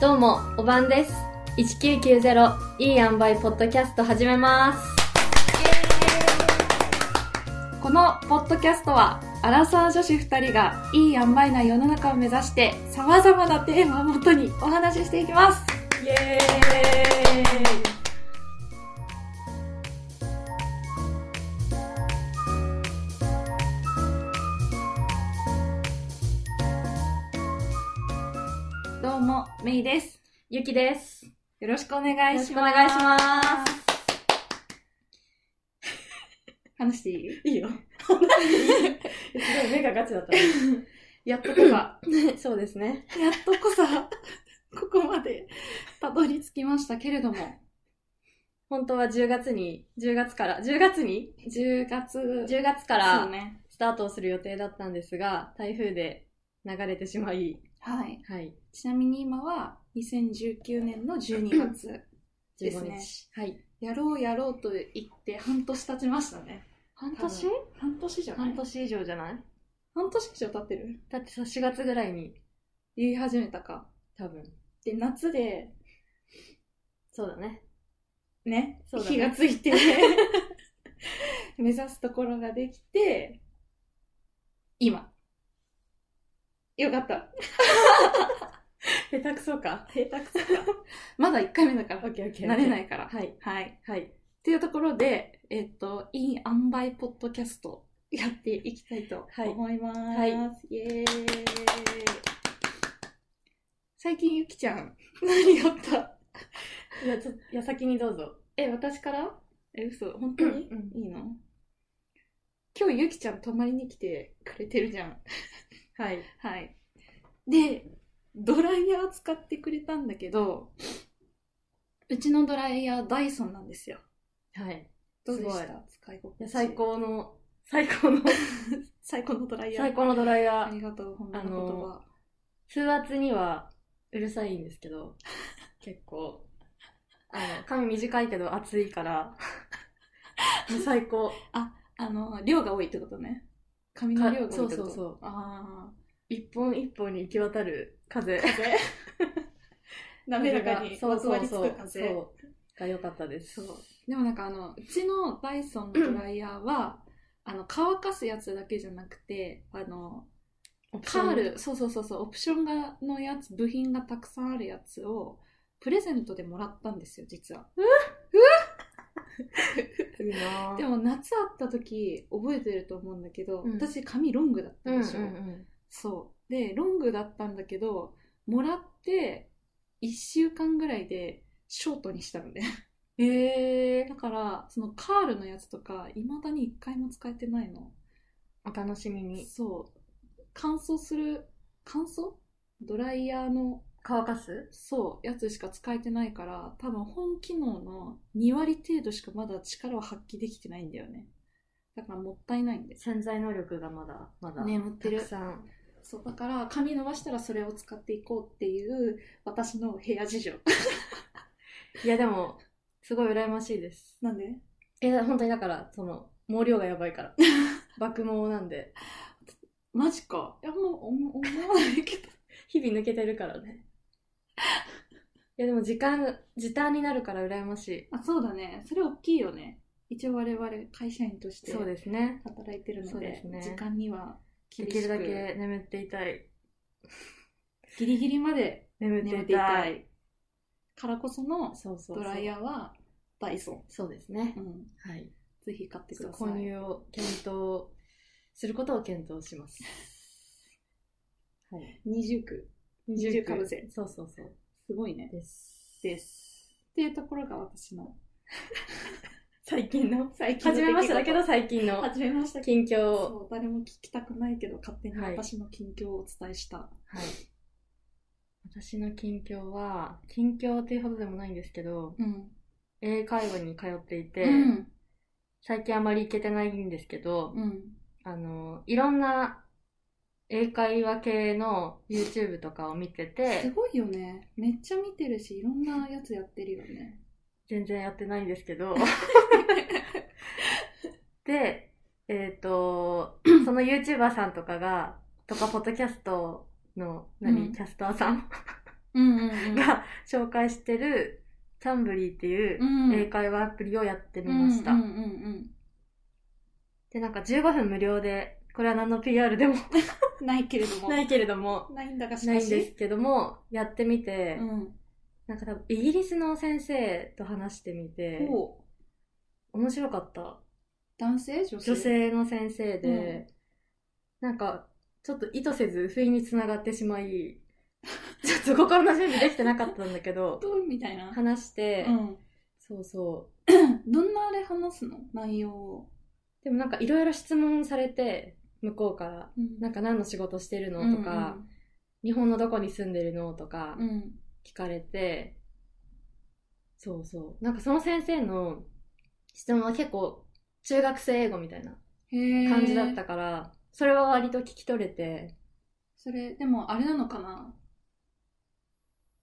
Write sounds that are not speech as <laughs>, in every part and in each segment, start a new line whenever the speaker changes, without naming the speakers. どうも、おばんです。1990いい塩梅ポッドキャスト始めます。
このポッドキャストはアラサー女子2人がいい塩梅な世の中を目指してさまざまなテーマをもとにお話ししていきます
イエー
どうもメイです
ゆきです。よ
よろしくお願い
ろ
します
しくお願いします。
話していい
イいいよ。すごい目がガチだったね。
やっとこさ
<laughs> そうですね。
やっとこさここまでたどり着きましたけれども
本当は10月に、10月から、10月に
10月
?10 月か
そう
ら
ね
スタートをする予定だったんですが、台風で流れてしまい、
はい
はい、
ちなみに今は2019年の12月 <laughs> です
15日。
ね
はい。
やろうやろうと言って半年経ちましたね
半
年半年じゃない
半年以上じゃない
半年以上経ってる
だってさ、4月ぐらいに、
言い始めたか。
多分。
で、夏で、
そうだね。
ね、
そうだね
火がついて、 <laughs> 目指すところができて、今。よかった。
下手くそか。
下手くそか。 <laughs> まだ1回目だから、
オッケーオッケー。。
慣れないいから。
はい。
はい。
はい。
っていうところで、えっ、と、いい塩梅ポッドキャスト、やっていきたいと思います。
はいは
イエーイ。最近ゆきちゃん、 <laughs> 何やった
いや、ちょっと、いや、先にどうぞ。
え、私からえ、嘘、本当に
うん
いいの今日ゆきちゃん泊まりに来てくれてるじゃん。
はい。
はい。で、ドライヤー使ってくれたんだけど、うちのドライヤーダイソンなんですよ。
はい。
どうでし
すご
た使い心地。
いや、最。高の、最高の、
最高のドライヤー。
最高のドライヤ
あ
ー。
りがとう、褒めの言葉。
風圧には、うるさいんですけど、結構、あの、髪短いけど熱いから、もう最高。
あの、量が多いってことね。髪の量が多いってこと
かそうそうそう
あ
一本一本に行き渡る風。
<laughs> あ。風滑らかに、
そうそう
まと
そ
わ
う
りつく。風。
そう。が良かったです。
そう。でもなんかあの、うちのダイソンのドライヤーは、あの、乾かすやつだけじゃなくて、あの、カール、そうそうそうそう、オプションがのやつ、部品がたくさんあるやつを、プレゼントでもらったんですよ、実は。
いいなぁ
でも夏あった時、覚えてると思うんだけど、
うん
私髪ロングだった
うんうんん
でしょ、
うん。
そう。で、ロングだったんだけど、もらって、1週間ぐらいで、ショートにしたのね。
ええ
だから、そのカールのやつとか、未だに1回も使えてないの。
お楽しみに。
そう乾燥する乾燥ドライヤーの
乾かす
そうやつしか使えてないから多分本機能の2割程度しかまだ力を発揮できてないんだよねだからもったいないんです
潜在能力がまだ、まだ。
眠って
たく
る
さん。
そうだから髪伸ばしたらそれを使っていこうっていう私の部屋事情
いや、でも、すごい羨ましいです。
なんで
いや、本当にだから、その、毛量がやばい
<laughs>
から。爆毛なんで。
マジかいやもう思思わな
<laughs>
いけど
日々抜けてるから <laughs> ね。いや、でも時間、時短になるから羨まし
あそうだねそれ大きいよね一応我々会社員とし
い。
て
そうですね。
働いてる
そ
の
うで
です
ね
時間には
で
厳
き
し
る
く
だけ眠っていたい。
ギリギリまで
眠っていた
眠
い。
っていたいからこその
そうそうそう。
ドライヤーはダイソ
そうですね
ン、う。ん、
はい。
ぜひ買ってください
購入を検討することを検討します。はい。
二重苦
二
重かぶせ
そうそうそう。
すごいね
です。
ですっていうところが私の
最近の。
最
始めましただ
出
け
来事
ど最近の
始めましたけ
近況
ど
を。
そう誰も聞きたくないけど勝手に
はい
私の近況をお伝えした、
はい。私の近況は、近況っていうほどでもないんですけど、
うん
英会話に通っていて、
うん
最近あまり行けてないんですけど、
うん
あの、いろんな英会話系の YouTube とかを見て
す
て、
ごいよねめっちゃ見てるしいろんなやつやってるよね
全然やってないんですけ
<laughs>
ど。で、えっ、と、その YouTuber さんとかが、とか、ポッドキャストの、何、
うん
キャスターさん
うんうんうん
が紹介してるタンブリーっていううん英会話アプリをやってみました。
うんうんうん
で、なんか15分無料で、これは何の PR でも <laughs>
うんないけれども
ないけれども、
ないんだがし
な
か
いん
し
ですけども、やってみて、
うん
なんか多分イギリスの先生と話してみて、
おう
面白かった。
男性女性
女性の先生で、なんか、ちょっと意図せず不意につながってしまい、ちょっと心の準備できてなかったんだけ
<laughs>
ど、
どうみたいな、
話して、
うん、
そうそう。
どんなあれ話すの内容を、
でもなんかいろいろ質問されて、向こうから、
うん
なんか何の仕事してるのとか、日本のどこに住んでるのとか
うんうん
聞かれて、そうそう。なんかその先生の質問は結構中学生英語みたいな
へー
感じだったから、それは割と聞き取れて、
それでもあれなのかな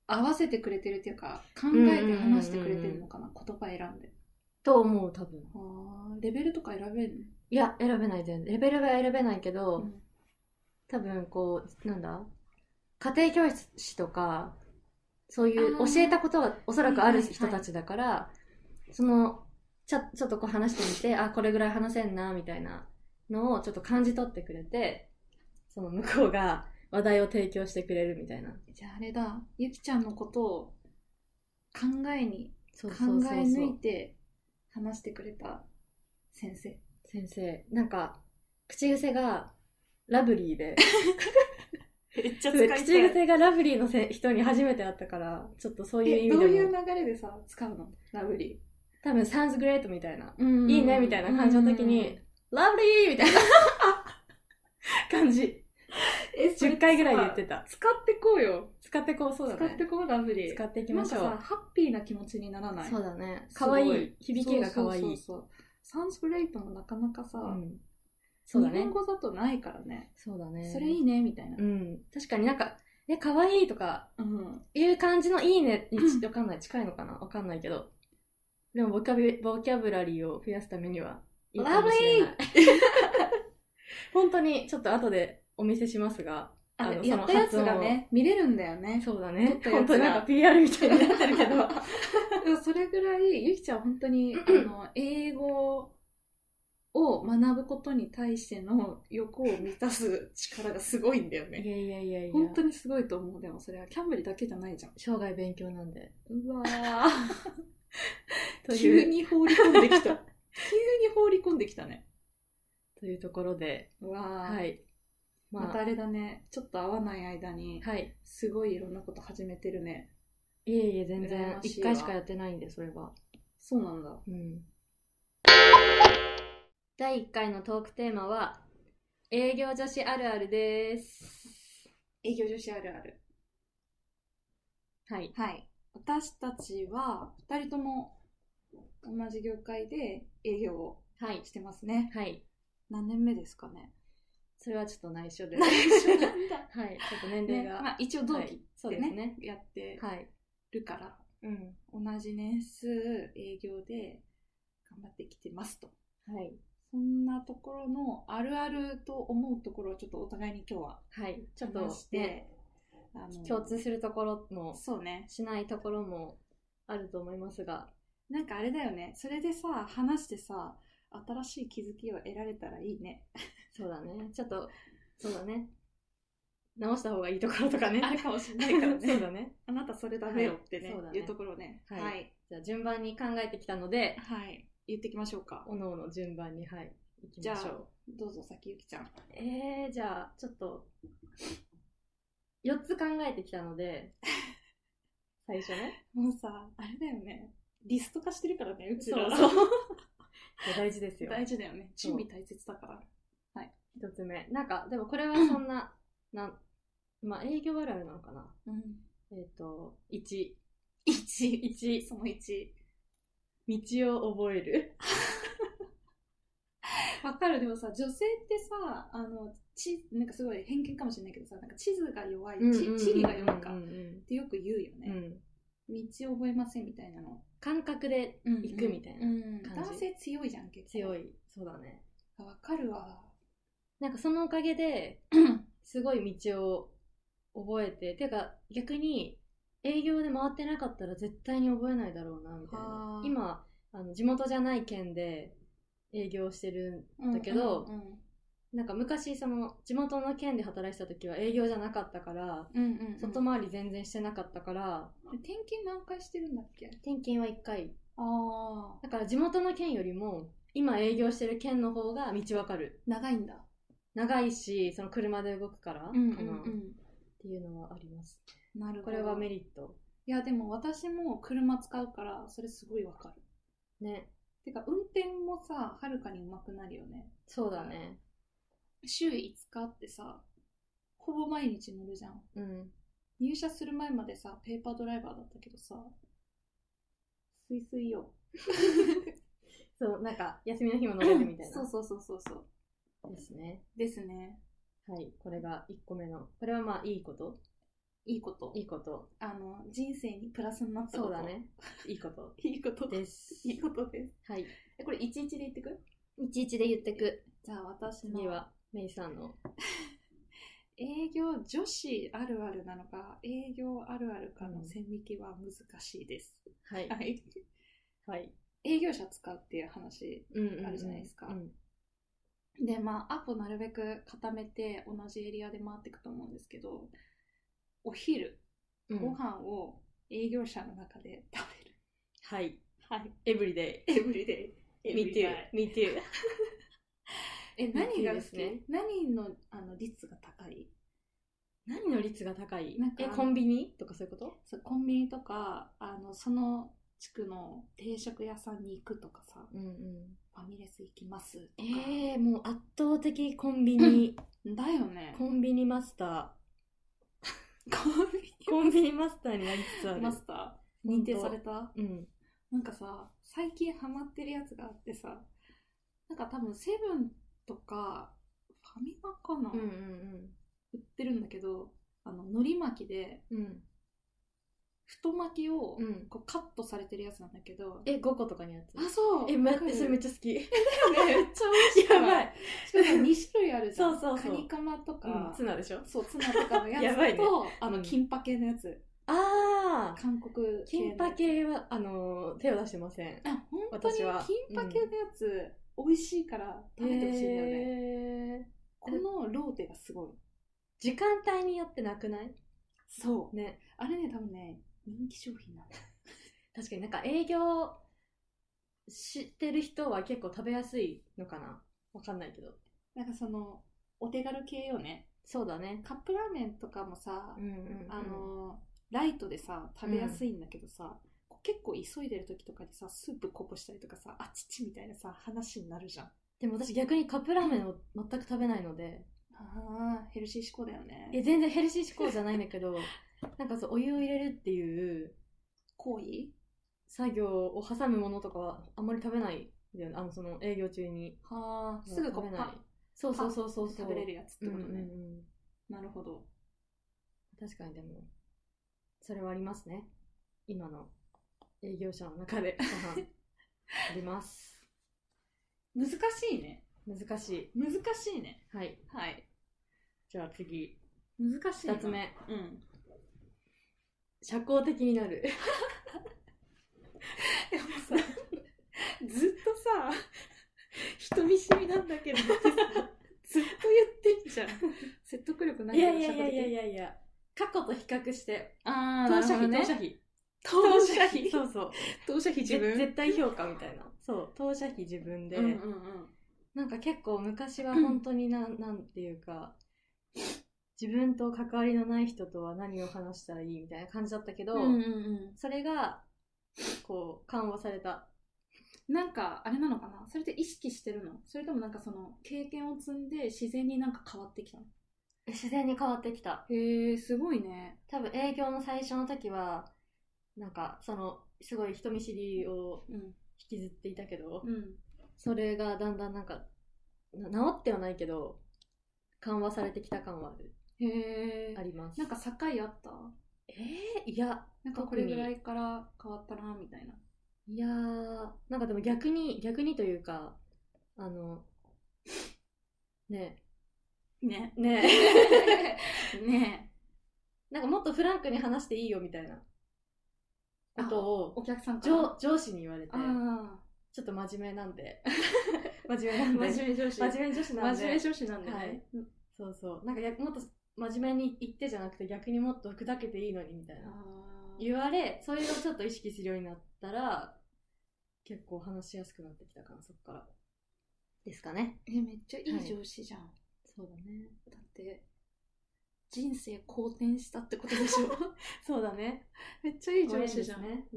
合わせてくれてるっていうか考えて話してくれてるのかな、言葉選んで
と思う多分。
あーレベルとか選べる
いや、選べない全然。レベルは選べないけど、
の、
多分こう、なんだ家庭教師とか、そういう
あ
教
ー
えたことはおそらくある人
はいはいは
た
い
ちだから、その、ちょちょっとこう話してみて、あ、これぐらい話せんな、みたいなのをちょっと感じ取ってくれて、その向こうが話題を提供してくれるみたいな。
じゃああれだゆきちゃんのことを考えに
そ
考
う
え
そうそうそ。
抜いうて話してくれた先生
先生、なんか、口癖がラブリーで、
めっちゃ
口癖がラブリーのせ人に初めて会ったから、ちょっとそういう
え
意
どう
味
い
で
う
も、
流れでさ使うのラブリ
多分サンズグレートみたいな。
ー
いいねみたいな感じの時に、ラブリーみた
<laughs>
いな感じ。
えそれ
10回ぐらい言ってた。
使ってこうよ
使ってこうそうだ
使
ね。
ってこうラブリー
使っていき
な
ま
ん
し
か
ょ
さ
う。
ハッピーな気持ちにならない
そうだね。
す
か
ご
わ
い
いい。響きがかわい
そう
い。
そうそうそうサンスプレイトもなかなかさ、
うんそうだ
日
ね
本。語だとないからね、
そうだね。
それいいねみたいな
うん。確かになんか、え、かわいいとか、
うん、
いう感じのいいねに
うん
わかんない。近いのかなわかんないけど。でもボキャブ、ボキャブラリーを増やすためには、いいかもしれない。 <laughs> 本当に、ちょっと後でお見せしますが。
あ
の
やったやつが。
その発音を
ね見れるんだよね
そうだね。
撮ったやつが
本当になんか PR み <laughs> たいになってるけど。
でもそれぐらいゆきちゃんは本当にあの英語を学ぶことに対しての欲を満たす力がすごいんだよね
いやいやいやいや。
本当にすごいと思うでもそれはキャンブリだけじゃないじゃん
生涯勉強なんで。
うわー <laughs>
と
急
いう、
に放り込んできた <laughs> 急に放り込んできたね
というところで、
うわー
はい。まあ、
またあれだねちょっと会わない間に
はい。
すごいいろんなこと始めてるね
いえいえ、全
羨
然、
ましいわ
一回しかやってないんで、それは。
そうなんだ
うん。第1回のトークテーマは、営業女子あるあるです。
営業女子あるある
はい。
はい私たちは2人とも同じ業界で営業を
はい。
してますね
はい。
何年目ですかね
それはちょっと内緒で。<laughs>
緒
は
なんだ
い。ちょっと年齢
ね
が。
まあ、一応同
は
期
いそうですね。
やって
はい。
るから
うん。
同じ年数営業で頑張ってきてますと
はい。
そんなところのあるあると思うところをちょっとお互いに今日は
はい。ちょっと、
話して、
ね、
あの
共通するところも、
そうね
しないところもあると思いますが、
なんかあれだよねそれでさ話してさ新しい気づきを得られたらいいね
そうだね。ちょっと、そうだね。直した方がいいところとかね。
あるかもしれないからね <laughs>
<laughs> そうだね。
あなたそれダメよってね,、
はいいそうだ
う
ね
ところね
はい
はい、
じゃあ順番に考えてきたので、
はい言ってきましょうか
おのおの順番に、はい、行きまし
じゃ
ょ
どうぞ先ゆきちゃん
う。えー、じゃあ、ちょっと、4つ考えてきたので、最初ね。
もうさあれだよねリスト化してるからねうちら
そうそういや大事ですよ。
<laughs> 大事だよね準
そう
備大切だから
一つ目。なんか、でもこれはそんな、なん、まあ、営業あるあるなのかな。
うん
えっ、と、1、
1
1、
その1
道を覚える。
わかるでもさ女性ってさあのちなんかすごい偏見かもしれないけどさなんか地図が弱いち地理が弱いか
う
っ
んうん
てよく言うよ
うんう
ね、
ん
道覚えませんみたいなの
感覚で行くみたいな
うん
感じ
男性強いじゃん結構
強い。そうだね。
あわかるわ
なんかそのおかげで、すごい道を覚えて、てか逆に営業で回ってなかったら絶対に覚えないだろうな、みたいな
あ。ー
今、あの、地元じゃない県で営業してるんだけど、
うんうん
なんか昔、その、地元の県で働いてた時は営業じゃなかったから、
うんうんうん
外回り全然してなかったから、
転勤何回してるんだっけ
転勤は1回。
ああ
だから地元の県よりも、今営業してる県の方が道わかる。
長いんだ
長いし、その車で動くから、か
うんう
な。
んうん
っていうのはあります。
なる
こ
ほど
れはメリット。
いやでも私も車使うからそれすごいわかる
ね。
てか運転もさはるかに上手くなるよね
そうだね。
週5日ってさほぼ毎日乗るじゃん
うん。
入社する前までさペーパードライバーだったけどさすいすいよ
そう、なんか、休みの日も乗れるみたいな。
そうそうそうそうそう
ですね。
ですね
はい。これが1個目の。これはまあ、いいこと
いいこと
いいこと。
あの人生にプラスになったこ
そ
と
うだね。いいこと。
いいことで
です。
いいことです
はい。
えこれ一日で言ってく
いちいちで言ってく。
じゃあ私の
次は、メイさんの。
営業女子あるあるなのか営業あるあるか
う
の
ん
線引きは難しいです、
はい。
はい
はい。
営業者使うっていう話
うんうん、うん。
あるじゃないですか
うん。
でまあアポなるべく固めて同じエリアで回っていくと思うんですけどお昼
うん
ご飯を営業者の中で食べる、 <laughs>
はい。
はい
エブリデ
エブリデイ
イ。Me too. Me too.
え何が
いい
好
で
き、
すね
何のあの率が高い
何の率が高い
なんか
え、コンビニとかそういうこと
そうコンビニとかあのその地区の定食屋さんに行くとかさ
うんうん。
ファミレス行きますとか、
えー、もう圧倒的コンビ <laughs> ニ、
だよね
コンビニマスタ
コンビ
ー、コンビニマスターになりつつある。
ニマスター
本
認
当
定された
うん。
なんかさ最近ハマってるやつがあってさなんか多分セブンとかファミマかな、
うん
売ってるんだけどあの海苔巻きで
うんうん。うん。
太巻きを
うん。
こうカットされてるやつなんだけど、
え、5個とかにやつ
あそう
え、
わ
待
か
っ
る
て、それめっちゃ好 <laughs> き。
めっちゃ美味しくな
やばい。
しかも2種類あるじゃん
そうそうそう
カニカマと
うん
か、、
ツナでしょ
そうツナとかのやつ
やばいね
とあ
う
の
ん
キンパ系のやつ
あー、
韓国系の
キンパ系は、あのー、手を出してません。
あ本当に
私は
キンパ系のやつ、美味しいから食べてほしいんだよね、
ね。
このローテがすごい
時間帯によってなくない
そう
ね。
あれね多分ね人気商品なんだよ
確かになんか営業知ってる人は結構食べやすいのかなわかんないけど。
なんかそのお手軽系よね
そうだね。
カップラーメンとかもさ、
うんうん、
あ、のライトでさ食べやすいんだけどさ、こう結構急いでる時とかにさスープこぼしたりとかさあちちみたいなさ話になるじゃん
でも私逆にカップラーメンを全く食べないので、
あーヘルシー志向だよね
え全然ヘルシー思考じゃないんだけど、 <laughs> なんかそう、お湯を入れるっていう
行為
作業を挟むものとかはあんまり食べないんだよね。あの、その営業中に。
はあすぐこ
食
う
べ
パ
ない
ン。
そうそうそうそう。
食べれる
っ
やつってことね、
うんうんうん。
なるほど
確かにでも、それはありますね。今の営業者の中 <laughs> で。ご飯あります。
難しいね
難しい。
難しいね
はい。
はい
じゃあ次。
難しいな
二つ目。
うん
社交的になる。
でもさずっとさ人見知りなんだけどってさずっと言ってんじゃん説得力ない
いやいやい
い
やいや
や
いやいや。過去と比較して、
あ
当
当社
社
費
費、
当
当
社
社
費
費。
当社
そ
費
うそう。
当社費自分
ぜ絶対評価みたいな。そう、当社費自分で。
うんうんうん
なんか結構昔は本当にな、ん、なんていうか、自分と関わりのない人とは何を話したらいいみたいな感じだったけど、
うんうんうん
それが、こう、緩和された。
なんかあれなのかなそれって意識してるのそれともなんかその経験を積んで自然になんか変わってきたの
自然に変わってきた。
へえすごいね
多分営業の最初の時は、なんか、その、すごい人見知りを
うん
引きずっていたけど、
うん
それがだんだんなんか、な治ってはないけど、緩和されてきた感はある。
へえ
あります。
なんか、境あった
えー、いや、
なんかこれぐらいから変わったなみたいない
やー、なんかでも逆に、逆にというか、あの、ね
ね <laughs>
え、ねえ、
ね
なんかもっとフランクに話していいよみたいな。ことを
お客さんから
上上司に言われて、
あ
ちょっと真面目なんで。 <laughs> 真面目な
あ
んで。
真面目上司
真面目女子なんで。
真面目上司なんで、ね
はい。そうそう。なんかやもっと真面目に言ってじゃなくて逆にもっと砕けていいのにみたいな。
あー
言われ、それをちょっと意識するようになったら、結構話しやすくなってきたかな、そっから。ですかね。
えめっちゃい
はい
い上司じゃん、
そうだね。
だって人生好転したってことでしょ <laughs>
そうだね。
めっちゃいい
ご縁
上
で
司じゃ
す
ん
ね。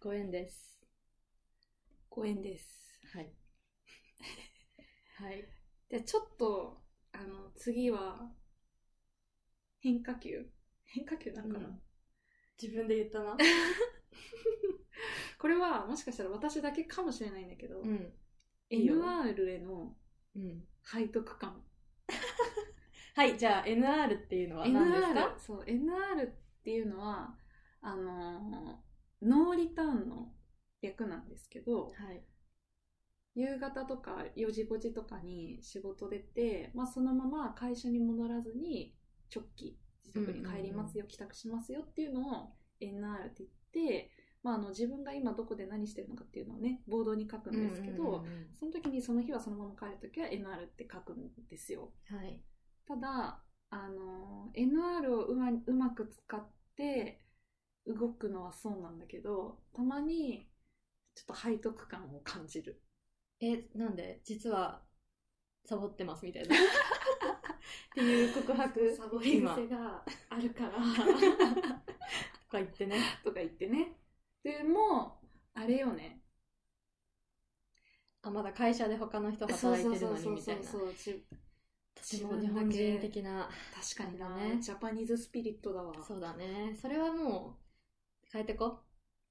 ご縁です。
ご縁です
はい。はい。
でちょっとあの次は変化球変化球なんかな、
うん自分で言ったな。
これはもしかしたら私だけかもしれないんだけど、
ん。いいよ
NR への
うん。
背徳感
はい、じゃあ NR っていうのは何ですか
NR そう NR っていうのはあのーノーリターンの略なんですけど
はい。
夕方とか4時5時とかに仕事出て、まあ、そのまま会社に戻らずに直帰自宅に帰りますよ、帰宅しますよっていうのを NR って言って、まあ、あの自分が今どこで何してるのかっていうのをねボードに書くんですけど、
うんうんうん
その時にその日はそのまま帰る時は NR って書くんですよ。
はい。
ただあの NR をうまうまく使って動くのはそうなんだけどたまにちょっと背徳感を感じ <laughs> る
え、なんで実は、サボってますみた <laughs> いな。っていう告白、
サボり
今
癖があるか
と
ら
か言ってね。
<laughs> とか言ってねでもあれよね
あ、まだ会社で他の人働いてるのにみたいな。
そうじ
とても日本人的な。
確かにな、
あれだね
ジャパニーズスピリットだわ
そうだね。それはもう、変えてこ。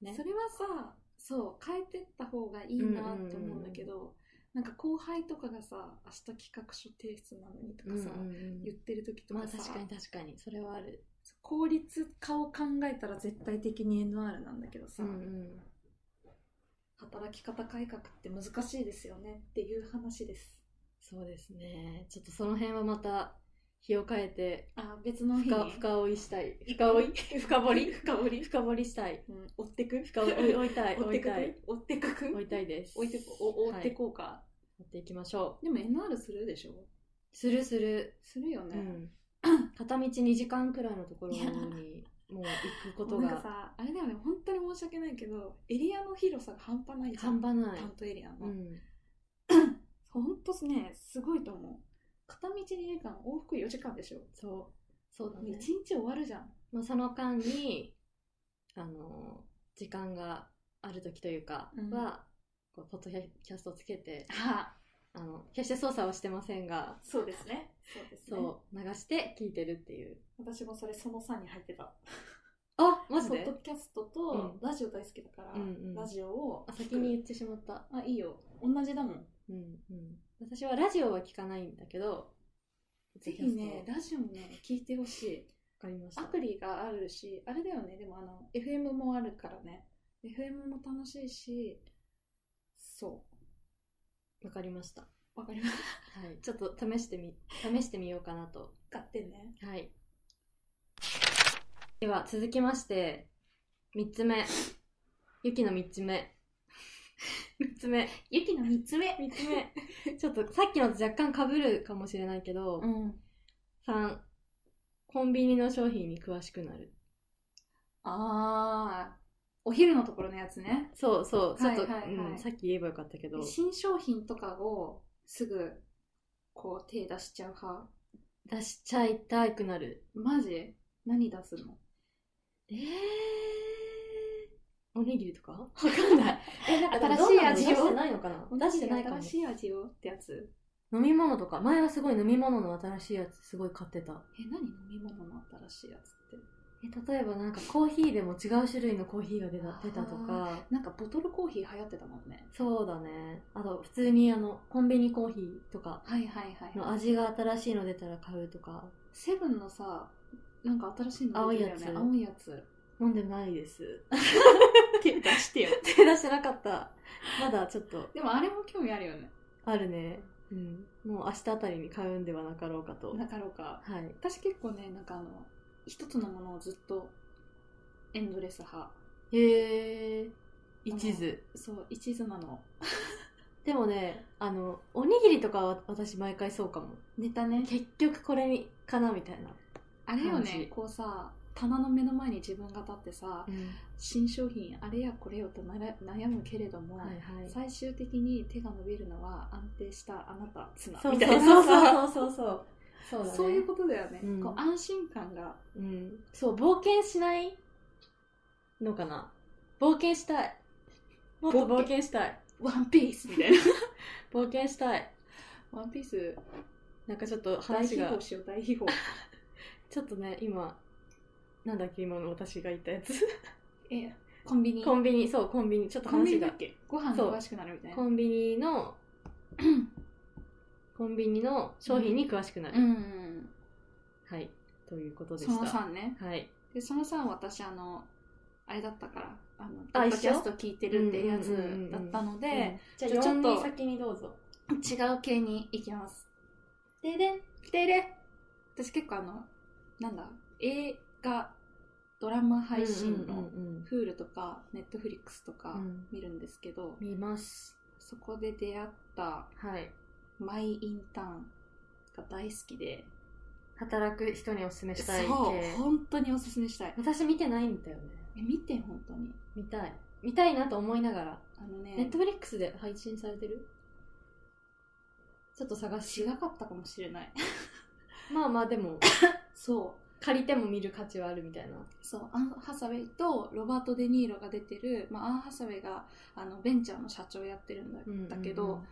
ね
それはさそう変えてった方がいいなって思うんだけど、なんか後輩とかがさ明日企画書提出なのにとかさ、
うんうんうん
言ってる時と
ま
か
あ
さ、
確かに確かに。それはある。
効率化を考えたら絶対的に NR なんだけどさ、
うん
働き方改革って難しいですよねっていう話です
そうですね。ちょっとその辺はまた、日を変えて
あ別の日
深
に
深追いしたい。深追い深掘り
<laughs> 深掘り、
深掘りしたい。
うん、追ってく
深追い追いたい。
<laughs> 追っ
追
て
い
く
たい。
追ってく
追いたいです。
追いてこお追って
はい
こうか、
追っていきましょ
でも NR するでしょ
う。するする。
するよ
う
ね、
ん。 <coughs> 片道2時間くらいのところに、もう行くこと
なんか
が
さあれだよね本当に申し訳ないけどエリアの広さが半端ないじゃん
半端ない。
担当エリアの、
うん。
ほんとねすごいと思う片道2時間往復4時間でしょ
そう。そうだ
1
ね。
日終わるじゃん
まあ、その間に、あの、時間がある時というか
うん
は、こうポッドキャストをつけて、
あ
あの、決して操作はしてませんが、
そうですねそうですね
そう、流して聞いてるっていう。
私もそれその3に入ってた
あ、
ポ
マジ
ッ
で
ドキャスト
う
と
ん
ラジオ大好きだから、
うんうん
ラジオを
あ先に言ってしまった。
あいいよ同じだもん
うんうん。私はラジオは聞かないんだけど、
ぜひね
ポッドキャス
ラジオもね聞いてほしい
トわかりました。
アプリがあるしあれだよねでもあの FM もあるからね FM も楽しいしそ
わかりました。
うわかります
はい。ちょっと試してみ、試してみようかなと。
買ってね
はい。では、続きまして、三つ目。ゆきの三つ目。 <laughs> 三つ目。
ゆきの3つ目
三つ目。ちょっとさっきのと若干被るかもしれないけど、
うん
3、コンビニの商品に詳しくなる。
ああお昼のところのやつね
そうそう、ちょっと、
はいはいはい
うん、さっき言えばよかったけど、
新商品とかをすぐこう手出しちゃう派
出しちゃいたくなる。
マジ何出すの
えー、おにぎりとかわかんない。え、なんか新しい味を。
新しい味を
ないのかな出してないかも
新。しい味をってやつ
飲み物とか、前はすごい飲み物の新しいやつすごい買ってた。
え何飲み物の新しいやつって
え、例えばなんかコーヒーでも違う種類のコーヒーが出た
あー
出たとか、
なんかボトルコーヒー流行ってたもんね
そうだね。あと、普通にあの、コンビニコーヒーとか
はいはいはい
の味が新しいの出たら買うとか、
セブンのさなんか新しいの出てるよね
青
青いやつ
飲んでないです。 <laughs>
手出してよ
手出してなかった。まだちょっと。
でもあれも興味あるよね
あるね。うん。もう明日あたりに買うんではなかろうかと。は
なかろうか
い。
私結構ねなんかあの一つのものをずっとエンドレス派
へえ
一途。
そう一途なの
でもねあのおにぎりとかは私毎回そうかも
ネタね
結局これにかなみたいな、
あれよ
感
ね
じ
こうさ棚の目の前に自分が立ってさ新商品あれやこれよとなら悩むけれども、
はいはい
最終的に手が伸びるのは安定したあなた妻
そう
み
そ
た
う
いな
そう
さ
そうそうそうそうだね
そういうことだよね、
うん
こう安心感が
うん、そう冒険しないのかな冒険したいもっと冒険したい
ワンピースみたいな
冒険したい
ワンピース
なんかちょっと
大
話
秘
が
宝しよう大秘宝
ちょっとね今なんだっけ今の私が言ったやつ
えコンビニ
コンビニそうコンビニちょっと
コンビ
話
ニ
が
だっけご飯
そう
詳しくなるみたい
コ
な
ンビニ
<clears throat>
のコンビニの商品に詳しくなる、
うん
はいということで
そ
し
の
た
3ね
はい
でその3私あのあれだったからあの
あ
ポッ
一
ド
緒
キャスト聞いてるってや
うんうんうんう
つ
ん
だったので、
じゃあ
じゃあちょっと
4人先にどうぞ
違う系に行きます
でででで
私結構あのなんだ映画ドラマ配信の
うんうん
Hulu とか Netflix とか
うん
見るんですけど、
うん見ます
そこで出会った
はい
マイインターンが大好きで
働く人におすすめしたい系
そう本当におすすめしたい
私見てないんだよね
え見て本当に
見たい見たいなと思いながら
あのね
ネットフリックスで配信されてるちょっと探し
違かったかもしれない <laughs>
まあまあで <laughs> も
そう
借りても見る価値はあるみたいな
そうアン・ハサウェイとロバート・デ・ニーロが出てる、まあ、アン・ハサウェイがあのベンチャーの社長やってるんだ,、だけど、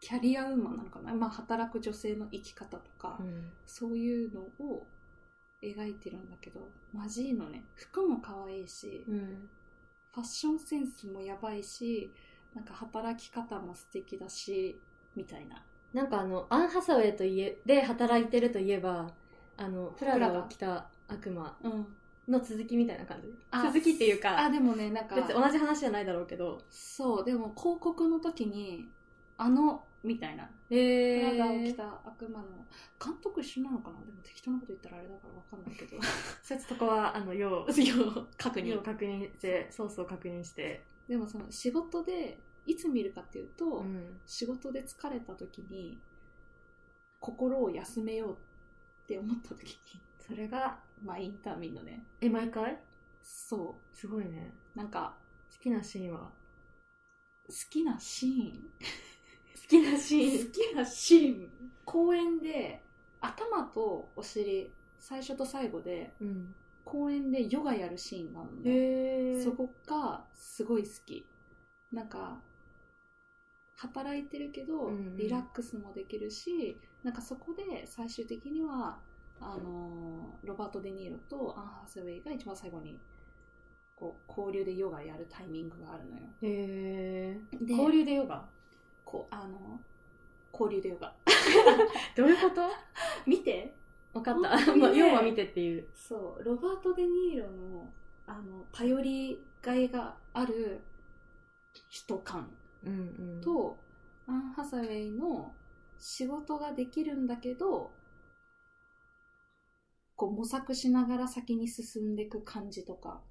キャリアウーマンなのかな、まあ、働く女性の生き方とか、
うん
そういうのを描いてるんだけどマジいいのね服も可愛いし、
うん
ファッションセンスもやばいしなんか働き方も素敵だしみたいな
なんかあのアン・ハサウェイといえで働いてるといえばあのプラ
プラ
ダ
ダ
を着た悪魔
うん
の続きみたいな感じ
あ
続きっていう
あ
か
でもねなんか
別に同じ話じゃないだろうけど
そうでも広告の時にあのみたいな
えー
プラダを着た悪魔の監督一緒なのかなでも適当なこと言ったらあれだからわかんないけど <laughs>
そいつとこはあの要
要確
要
認
確認してソースを確認して、
でもその仕事でいつ見るかっていうと、
うん
仕事で疲れた時に心を休めようって思った時に <laughs>
それが
まあインターミンのね
え毎回
そ
すごいね
うなんか
好きなシーンは
好きなシーン
好きなシ
<laughs> 好きなシーン公園で頭とお尻最初と最後で
うん
公園でヨガやるシーンなのね、
へえ
そこがすごい好きなんか働いてるけど
うんうん
リラックスもできるし、なんかそこで最終的にはあのーロバート・デ・ニーロとアン・ハサウェイが一番最後にこう交流でヨガやるタイミングがあるのよ
へえ
で
交流でヨガ
こうあの交流でヨガ
<laughs> どういうこと
<laughs> 見て
分かっ
本当
た、
にね
まあ、要は見てっていう
そうロバート・デ・ニーロのあの頼りがいがある人感
うんうん
と、アン・ハサウェイの仕事ができるんだけどこう模索しながら先に進んでいく感じとか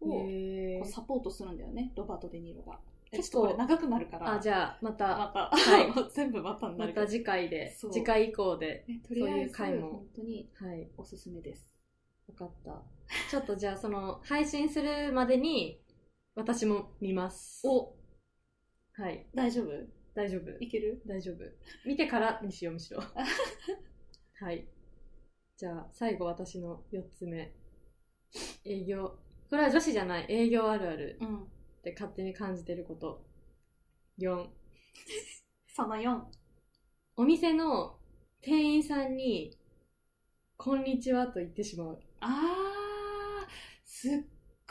をこ
へえ
うサポートするんだよねロバート・デ・ニーロが。
結
結
構
構これ長くなるから
あじゃあ <laughs> また
また、
は
全部またにな
ま
るけど
た次回で
そう
次回以降で
ねとりあえず
そういう回も
本当に
はい
おすすめです。
分かったちょっとじゃあその配信するまでに私も見ます
お
はい
大丈夫
大丈夫
いける
大丈夫見てからにしようむしろはいじゃあ最後私の4つ目営業これは女子じゃない営業あるある
うん。
って勝手に感じてること4
その4。
お店の店員さんに「こんにちは」と言ってしまう
あー、すっ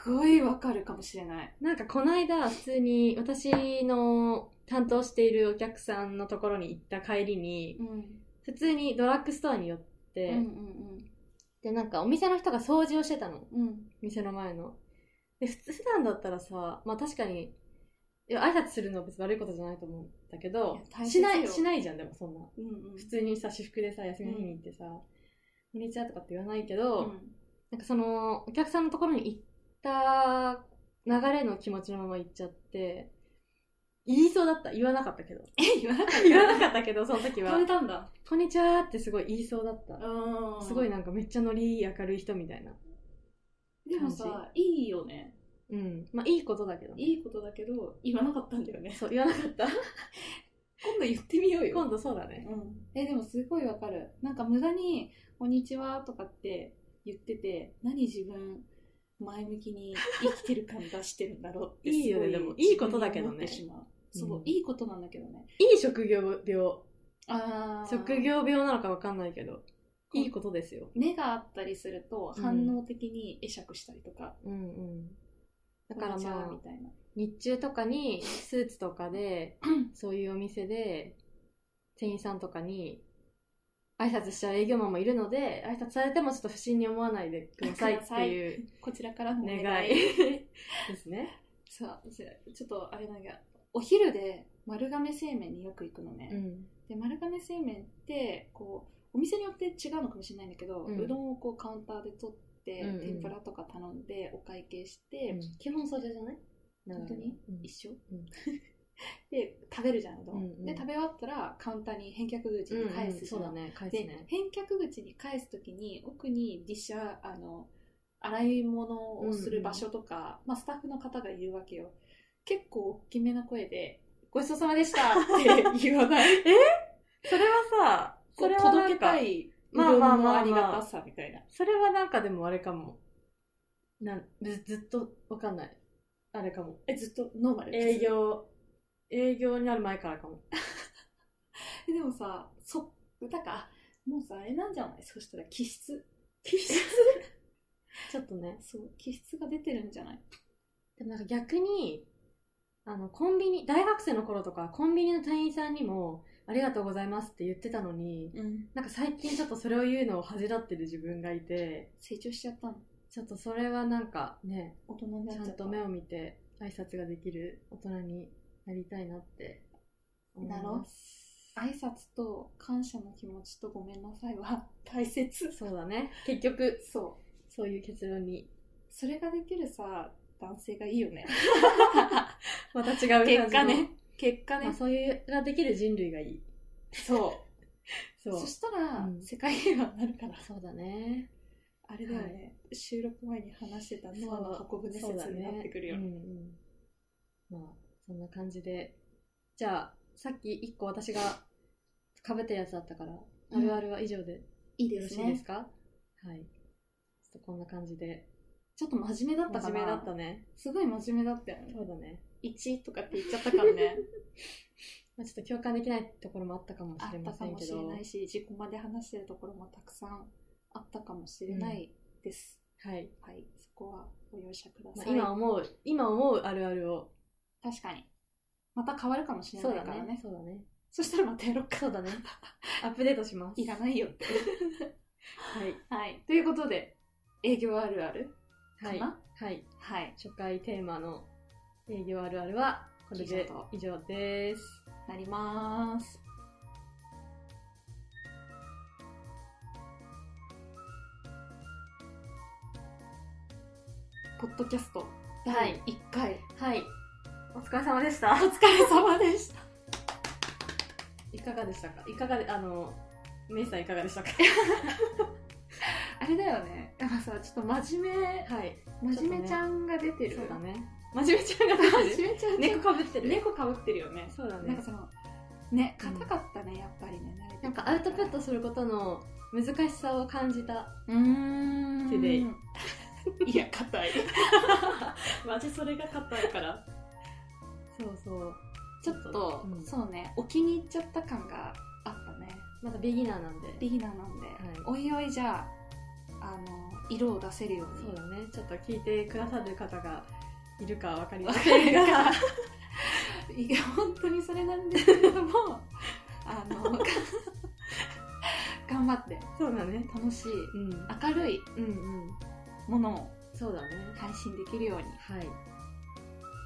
ごいわかるかもしれない。
なんかこの間普通に私の担当しているお客さんのところに行った帰りに
うん。うん
普通にドラッグストアに寄って、
うんうん。
でなんかお店の人が掃除をしてたの
うん。
店の前の。で、普通、普段だったらさ、まあ確かに、いや挨拶するのは別に悪いことじゃないと思うんだけど
いや、大切
し
よ
ない、しないじゃん、でもそんな。
うんうん
普通にさ、私服でさ、休みの日に行ってさ、こんにちはとかって言わないけど、
うん
なんかその、お客さんのところに行っった流れの気持ちのまま言っちゃって、言いそうだった。言わなかった
<laughs>
けど。
え、言わなかっ
言わなかったけど、その時
た
は
食べ。たんだ。
こんにちはってすごい言いそうだった。
うん
すごいなんかめっちゃノリいい明るい人みたいな。
でもさ、いいよね。
うん。まあいいことだけどね。
いいことだけど、言わなかったんだよね。
そう、言わなかった。
<laughs> 今度言ってみようよ。
今度そうだね。
うん、えでもすごいわかるなんか無駄に「こんにちは」とかって言ってて何自分前向きに生きてる感出してるんだろうって
いいよね
すご
でもいいことだけどね
自分に思ってしまうそう、
うん
いいことなんだけどね
いい職業病。
あ
職業病なのかわかんないけど、いいことですよ。
目があったりすると
うん
反応的に会釈したりとか、
うんうん。だか
こん
ら
にちは
ま
み
あ、
たいな
日中とかにスーツとかで、 <clears throat> そういうお店で、店員さんとかに、挨拶しちゃう営業マンもいるので、挨拶されてもちょっと不審に思わないでくださいって <laughs> いう
こちらからのお
願
願い
い <laughs> ですね。
さあじゃあちょっとあれなんだけどお昼で丸亀製麺によく行くのね、
うん。
で丸亀製麺ってこうお店によって違うのかもしれないんだけど、
う
うんどんをこうカウンターで取って、
うんうん
天ぷらとか頼んでお会計して、
うん
基本それじゃない
本
本当に一緒、
うん
<laughs> で食べるじゃんうどん、
うんうん
で食べ終わったらカウンターに返却口に返すじゃ
そ
ん
うだね、返す
で
ね。
返却口に返す時に奥にディッシャーあの洗い物をする場所とか、まあ、スタッフの方がいるわけよ結構大きめな声で「ごちそうさまでした」 <laughs> って言わない <laughs>
それはさ、
こ
それ
れ
は
届け
なん
た
か
いうど
まあ
ん
まあま
の
あまあ
ありがたさみたいな。
それはなんかでもあれかも。なんずずっとわかんない。あれかも。
え、ずっとノーマル。
営業、営業になる前からかも。
え。でもさ、そ、だから、あもうさ、あれなんじゃないそしたら気質。
気質ちょっとね。
<laughs> そう、気質が出てるんじゃない
でもなんか逆に、あの、コンビニ、大学生の頃とか、コンビニの店員さんにも、ありがとうございますって言ってたのに、
うん。
なんか最近ちょっとそれを言うのを恥じらってる自分がいて、
成長しちゃったの。
ちょっとそれはなんかね、
大人になっ
ちゃ
ちゃ
ん
った。
と目を見て挨拶ができる大人になりたいなって思い
な
ま
ろ
す。
挨拶と感謝の気持ちとごめんなさい <laughs> は大切。
そうだね。結局、
そう。
そういう結論に
それができるさ、男性がいいよね。
<laughs> また違う感じの
結果ね。結果
まあ、
<laughs> ね。
そういうができる人類がいい
そ。
そう
そしたら、
うん
世界平和になるから。
そうだね
あれだよね、収録前に話してたノアの箱舟
そうだ
説
ね
になってくるよ
うん
ね。
うん、まあそんな感じでじゃあさっき一個私がかぶってるやつだったから、
うん
あるあるは以上でよ
いい
ろしいですかはいちょっとこんな感じで
ちょっと真面目だったか
真
な
面目だったね
すごい真面目だったよね
そうだね、
1とかって言っちゃったからね
まあ、ちょっと共感できないところもあったかもし
<laughs> あ
れ
っ
ま
た
せ
か
ん
も
け
し
ど
れないし自己まで話してるところもたくさんあったかもしれないです、
はい、
はいそこはご容赦くだ
ま
さ
あ、
い、
今思う今思うあるあるを
確かにまた変わるかもしれないからね
そ
そ
うだね
したらまたやろうか
<laughs> そうだねアップデートします
いらないよって
はい
はいということで営業あるある
はい、
かな
はい、
はい
初回テーマの営業あるあるはこれで以上です。
なりますポッドキャスト第1回、
はい、お疲れ様でした
お。疲れ様でした
いかがでしたか？いかがであのメイさんいかがでしたか？
<laughs> あれだよねやっぱさちょっと真面
<laughs> はい、
目真面目ちゃんが出てる
そうだね。真面目ちゃんが出て
真
る。
面目ちゃ
<laughs>
ん
猫かぶってる。
猫かぶってるよね
そうだ
なん
ね
か。そのね硬かったね、やっぱりね慣れて
なん
る
かアウトプットすることの難しさを感じ <laughs> た。
うーん
手で
いや硬 <laughs> い
マジそれが硬いから。
そうそう。
ちょっと、
うん
そうねお気に入っちゃった感があったね
まだビギナーなんで。
リーダーなんで、おいおいじゃああの色を出せるよう
そう
に
だね。ちょっと聞いてくださる方がいるかわかりま
わか
せん
る
が。
<laughs> かいや本当にそれなんですけれどもあの <laughs> が頑張って
そうだね。
楽しい
うん。
明るい
うんうん。
ものを
そうだね。
配信できるように
はい。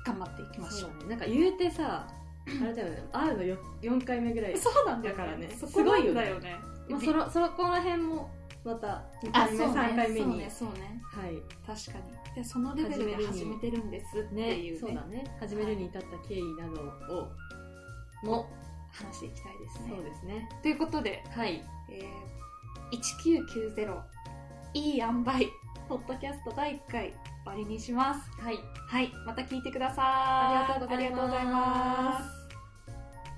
頑張っていきまし
そ
ょ
う
う
だね。なんか言うて
<clears throat>
さ、あれだよね。会うのよ4回目ぐらい。
そうなん
だからね
そこなんだよね
まあ、そのそこら辺もまた2回目、3回目
そう
に、
ねそうね
はい
確かにでそのレベルで始めてるんですって
ね
いう,、
そうだね始めるに至った経緯などをも、
も話していきたいですね
そうですね
ということで、
はい
えー、1990いい塩梅ポッドキャスト第1回終わりにします
はい
はいまた聞いてください
ありがとうございます
ありがとうございます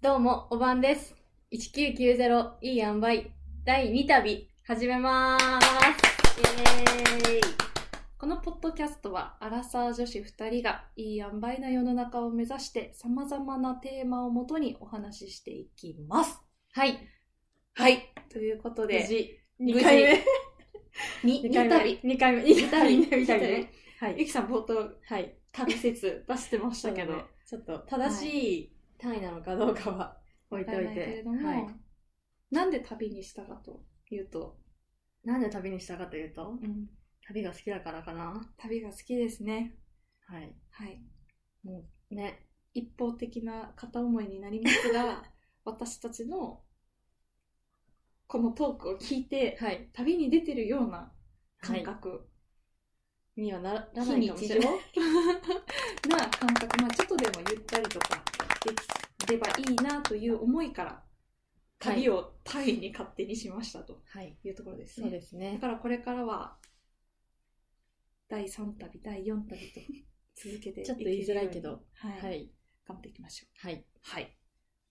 どうもおばんです1990いい塩梅第2旅始めまーすイエーイ
このポッドキャストはアラサー女子2人がいい塩梅な世の中を目指してさまざまなテーマをもとにお話ししていきます
はい
はいということ
無
で
事
無事 <laughs> に
2
2
回
旅
目2回目
二旅
<laughs> 二旅ねは
ゆ
い
きさん冒頭
はい
旅説出してましたけど、
そうだねちょっと正しい単位なのかどうかは <laughs> 置い
わ
て
から
おい
ないけれ
て
ども、
はい
なんで旅にしたかというと、
なんで旅にしたかというと旅が好きだからかな
旅が好きですね
はい
はい
もうね
一方的な片思いになりますが <laughs> 私たちのこのトークを聞いて
はい
旅に出てるような
は
感
い
覚、
にはならな
非
いかも
日
し
常
れない
<laughs> な感覚、まあ、ちょっとでもゆったりとかできればいいなという思いから
はい
旅をタイに勝手にしましたと
はい
いうところです
そう
ね。
です
だ
ね
からこれからは第3旅、第4旅と続けてい
ちょっと
ける
言いづらいけど
ように、はい
はい
頑張っていきましょう。
はい
はい。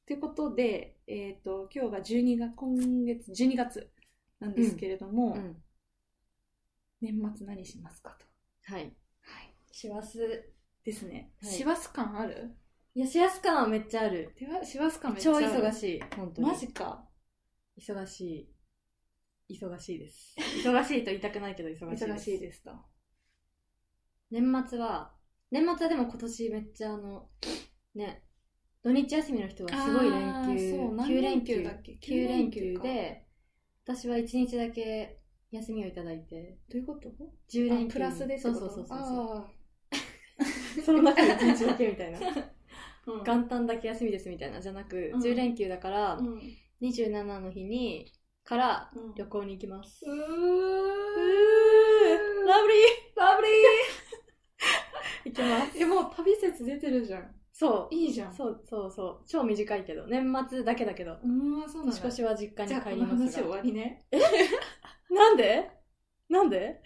ということで、えっ、と、今日が12月、今月、12月なんですけれども、
うん
年末何しますかと。
はい
はい。
師走
ですね。
はい
師走感ある
いや師走感はめっちゃある
手は師走感めっちゃ
超
ある
忙しい本当に
マジか
忙しい忙しいです
<laughs>
忙しいと言いたくないけど忙しいです
忙しいですと
年末は年末はでも今年めっちゃあのね土日休みの人はすごい連休
そう
九
何連休だっけ
9連休
か
で私は1日だけ休みをいただいて
どういうこと
10連休
あプラスでって
そ
こ
う
と
そうそうそうそう
あ
その中で1日だけみたいな
ー <laughs> うん
元旦だけ休みですみたいなじゃなく、
うん
10連休だから、
うん
27の日にから
うん
旅行に行きます、
うー
ラブリーラブリー行きます
えもう旅説出てるじゃん
そう
いいじゃんう
そうそうそう超短いけど年末だけだけど
ーんそうなん
年
だ
越しは実家
じゃ
に
あこ
帰り
の
ま
話
す
終
が
わりね
なんでなんで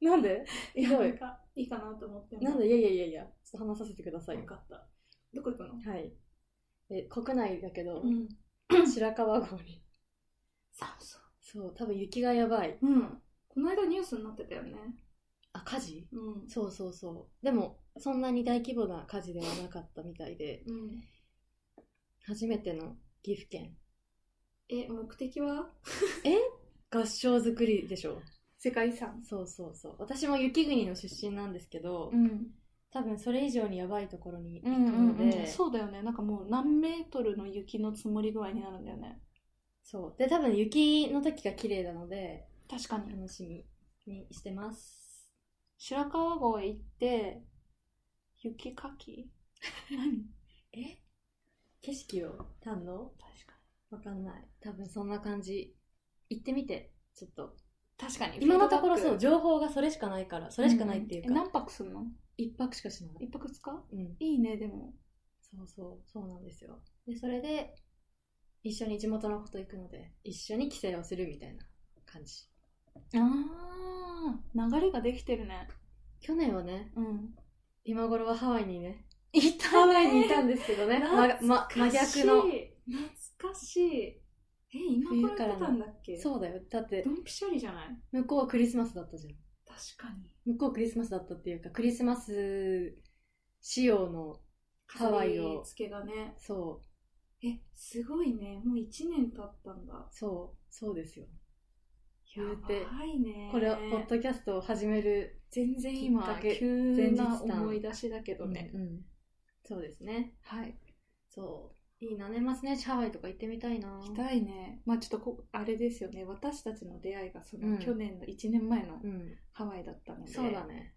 なんで
い
ひどい
なんかいいかなと思って
なんでいやいやいやいやちょっと話させてください
よ
よ
かったどこ行くの
はいえ国内だけど、
ん
白川郷に
そうそ
そう多分雪がやばいう
うんこの間ニュースになってたよね
あ火事
うん
そうそうそうでもそんなに大規模な火事ではなかったみたいで
うん
初めての岐阜県
え目的は
合掌造りでしょ
世界遺産
そうそうそう私も雪国の出身なんですけど、
ん
多分それ以上にやばいところに行く
うん
ので、
うんうん、そうだよねなんかもう何メートルの雪の積もり具合になるんだよね
そうで多分雪の時が綺麗なので
確かに
楽しみにしてます
白川郷へ行って雪かき <laughs> 何
え景色を堪能
確か
わかんない多分そんな感じ行ってみてちょっと
に確かに
今のところ
フィー
そう
ドバ
情
ック
報がそれしかないからそれしかないっていうか、
んんえ何泊するの
一泊しかしない
一泊二日
うん
いいねでも
そうそうそうなんですよでそれで一緒に地元のこと行くので一緒に帰省をするみたいな感じ
あー流れができてるね
去年はね
うん
今頃はハワイにね
いた
ハワイにいた
ね
んですけどね、ま
懐
ま、真
懐かし
逆
い
の
懐かしいえ、今
冬
頃
か
やっ
ら
てたんだっけ
そうだよ。だって
ド、ンピシャリじゃない
向こうはクリスマスだったじゃん。
確かに。
向こうクリスマスだったっていうか、クリスマス仕様の、ハワイを
飾り付けがね。
そう、
え、すごいね。もう1年経ったんだ。
そう、そうですよ。
や
言うて
ばいね。
これは、ポッドキャストを始める。
全然
きっ
今
か、け
急な
前日談
思い出しだけどね。
うんうんそうですね。
はい。
そう。いいな、年末年始ハワイとか行ってみたいな。
行きたいね。まあちょっとこ、あれですよね。私たちの出会いが、そうの、
ん
去年の1年前の
うん。
ハワイだったので。
そうだね。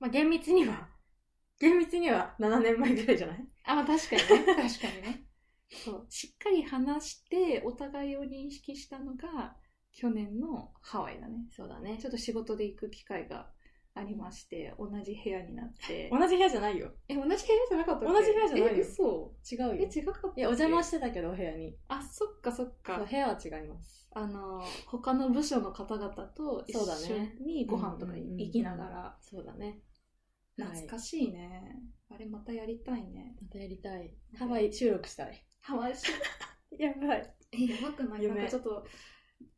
まあ、厳密には、 <laughs> 厳密には7年前ぐらいじゃない
あ、まあ確
<laughs>
かにね。確かにね。そう。しっかり話して、お互いを認識したのが、去年のハワイだね。
そうだね
ち。ょっと仕事で行く機会がありまして、同じ部屋になっ
<laughs>
て。
同じ部屋じゃないよ。
え、同じ部屋じゃなかったっけ
同じ部屋じゃないよ
え、嘘。
違うよ。
え、違かったっ
い
け
や、お邪魔してたけど、お部屋に。
あ、そっかそっ
そう
か。
部屋は違います。
あの、他の部署の方々と一
そうだ
緒
ね
にご飯とか
うんうんうん
行きながら。
そうだね。はい
懐かしいね。あれまたやりたいね。
またやりたい。ハワイ収録したい。
ハワイし
やばい。
<laughs> え、やばくない
夢
なんかちょっと、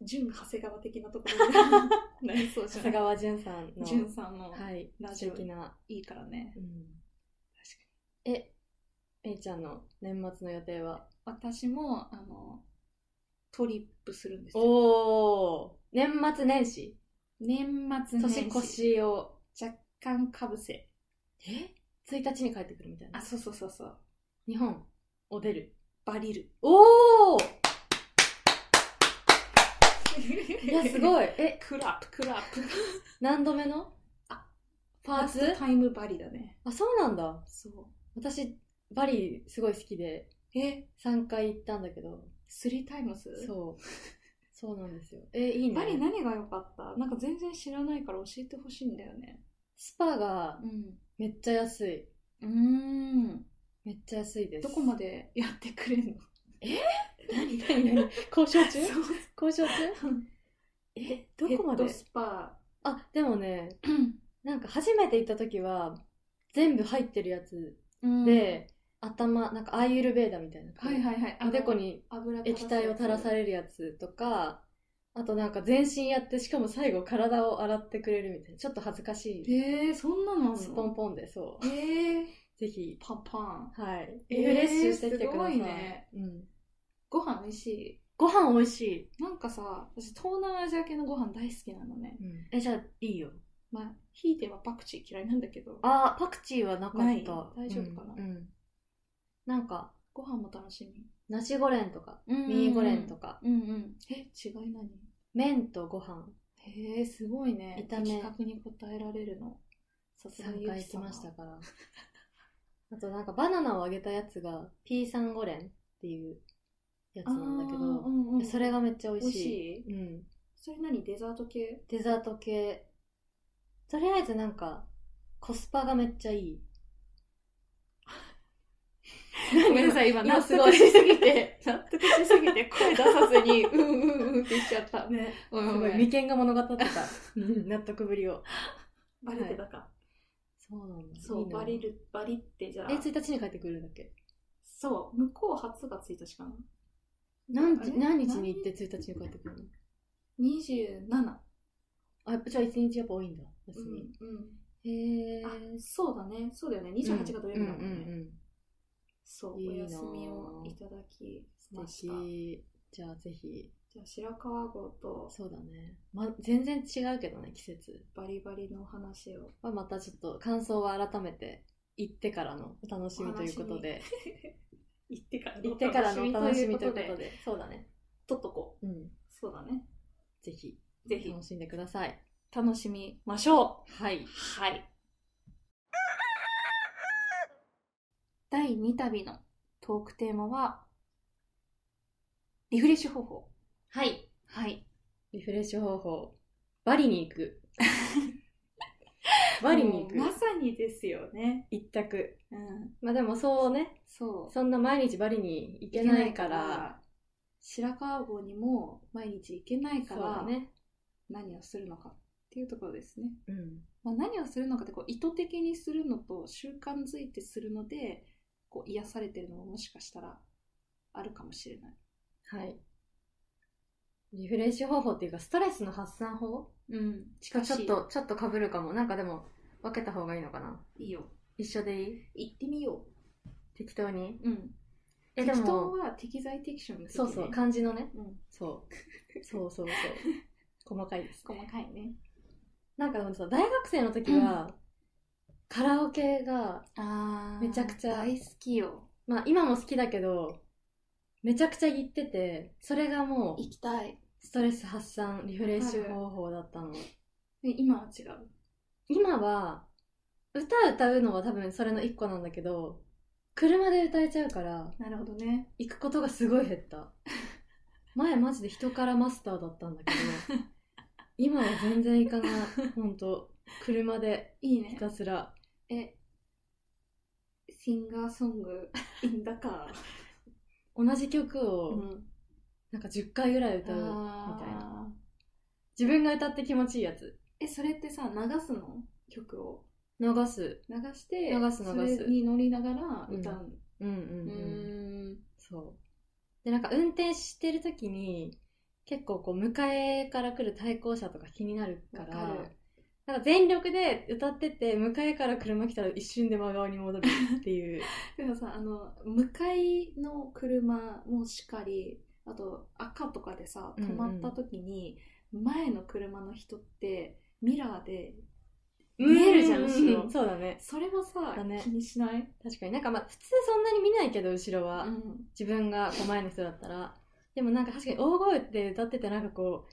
純長谷川的なところに <laughs> なりそうじ
長
ゃな
谷川
い
淳さんの、
純さんの、
はい、
ラジ
素
オ
敵な、
い、いからね。
え、えいちゃんの年末の予定は
私も、あの、トリップするんですよ。
おー年末年始
年末年
年
始。
越しを、
若干かぶせ。
え ?1 日に帰ってくるみたい
あ、
な。
そうそうそうそう。
日本を出る。
バリル。
おー
い
いや、すご
<laughs> い。
い。え、
クラップ、クラップ。
何度目の
あ
パーツ
ファストタイムバリだね。
あ、そうなんだ。
そ
私、バリすごい好きで、
う。え、
3回行ったんだけど、
スリータイムス
そう。そうなんですよ。え、いいね。
バリ何が良かったなんか全然知らないから教えてほしいんだよね。
スパが
うん。
めっちゃ安い。
うーん。
めっちゃ安いです。
どこまでやってくれるの
何何何交渉 <laughs> 中
そう
交渉中え、どこまで
ヘッドスパ
あ、でもね、
ー。
なんか初めて行った時は、全部入ってるやつ
うん、
で、頭、なんかアイユルベーダみたいな。
はいはいはい。
おでこに
あの油垂らす
液体を垂らされるやつとか、あとなんか全身やって、しかも最後体を洗ってくれるみたいな。ちょっと恥ずかしい。
えー、そんなのあんの
スポンポンで、そ
えー、
う。ぜひ、
パンパン。
はい。
え
リ
ー
フレッシュしてきてください。
すごいね
うん。
ご飯美味しい。
ご飯美味しい。
なんかさ、私東南アジア系のご飯大好きなのね。
え、じゃあ、いいよ。
まあ、ひいてはパクチー嫌いなんだけど、
あー、パクチーはなかった。
ない大丈夫かな
うんうんなんか、
ご飯も楽しみ。
ナシゴレンとか、
うん
ミーゴレンとか、
うんうん。え、違い何
麺とご飯
へえ、すごいね。
炒め
的確に答えられるの。さすが
3
ゆ
回
き
し
様
ました。から。あとなんかバナナをあげたやつが、ピーサンゴレンっていうやつ
あー
なんだけ
う
ど、
んうん、
それがめっちゃ美
美
味
味
し
し
い。
い
うん。
それ何デザート系
デザート系。とりあえずなんか、コスパがめっちゃいい。
<laughs> <laughs> ごめんなさい、今、
今
納
すご
得
い
しすぎて、納得しすぎ <laughs> て、声出さずに、うんうんうんって言っちゃった。
ね。
<laughs> ごめん
すご
ごめ
い、
ん
眉間が物語って
<laughs>
た。うん納得ぶりを。
バリルだか。
そうなんだ。
そう、バリ。ル、バリってじゃあ
え、、1日に帰ってくるんだっけ
そう、向こう初が1日かな。
何
あれ
日何日に行って1日に帰ってくるの
27。
あ、やっぱじゃあ1日やっぱ多いんだ。休
うん
み。
うん。
へえ。
あ、そうだね、そうだよね。28が土曜日だも
うんうん
ん
う
ね。
ん
そう、お
いいな
休みをいただき
うん。
ま
素
した。
敵。じゃあぜひ。
じゃあ、白川郷と
そうだね。ま、全然違うけどね、季節。
バリバリの話を。
まあ、またちょっと感想は改めて行ってからのお楽しみということで。 <laughs>
行ってから
行ってからのお楽しみということで。そうだね。
撮っとこ
うん。
う。そうだね。
ぜひ、
ぜひ
楽しんでください。
楽しみましょ
はい。
うはい第2旅のトークテーマはリフレッシュ方法
はい。
はい
リフレッシュ方法。バリに行 <laughs> く。バリに行く。
もうまさにですよね
一択。
うん
まあでもそうね、
そう
そんな毎日バリに行けないから、
白川郷にも毎日行けないか
そうだ
ら、
ね。
何をするのかっていうところですね、
うん。
まあ、何をするのかってこう意図的にするのと習慣づいてするのでこう癒されてるのももしかしたらあるかもしれない
はい。リフレッシュ方法っていうか、ストレスの発散法
うん。
ちょ
近し
っ
い。
と、ちょっと被るかも。なんかでも、分けた方がいいのかな。
いいよ。
一緒でいい
行ってみよ
適当に
う。うん。
え、
適
で
当
も、
は適材適所の適
そう
ね
そう、漢字のね。
うん。
そう。そう
<laughs>
そうそう。細かいです。
細かいね。
なんかでもさ、大学生の時は、カラオケが、
あ
めちゃくちゃ
大好きよ。
まあ今も好きだけど、めちゃくちゃ行ってて、それがもう、
行きたい。
ストレス発散、リフレッシュ方法だったの。
で今は違う。
今は、歌歌うのは多分それの一個なんだけど、車で歌えちゃうから、
なるほどね。
行くことがすごい減 <laughs> った。前マジで人からマスターだったんだけど、今は全然行かない。ほんと、車で
いい
ひ
ね。
たすら。
え、シンガーソン <laughs> グ、いいんだか。
同じ曲を、
ん。
なんか10回ぐらい
歌
歌
う
う。
みたいな。
自分が歌って気持ちいいやつ。
え、それってさ、流すの曲を。
流す。
流して、
流す流す
それに乗りながら歌うの。
うんうん
う
うん。
ん。
そう。で、なんか運転してる時に、結構こう、迎えから来る対向車とか気になるから、
わかる
なんか全力で歌ってて、迎えから車来たら一瞬で真顔に戻るっていう。
でもさ、あの、向かいの車もしっかり、あと赤とかでさ、止まった時に、前の車の人って、ミラーで、 <laughs> 見えるじゃん
う
後ろ
そうだね。
それもさ、
だね
気にしない
確かになんかまあ、普通そんなに見ないけど、後ろ
う
は。
ん。。
自分がこう前の人だったら。でもなんか確かに大声で歌っててなんかこう、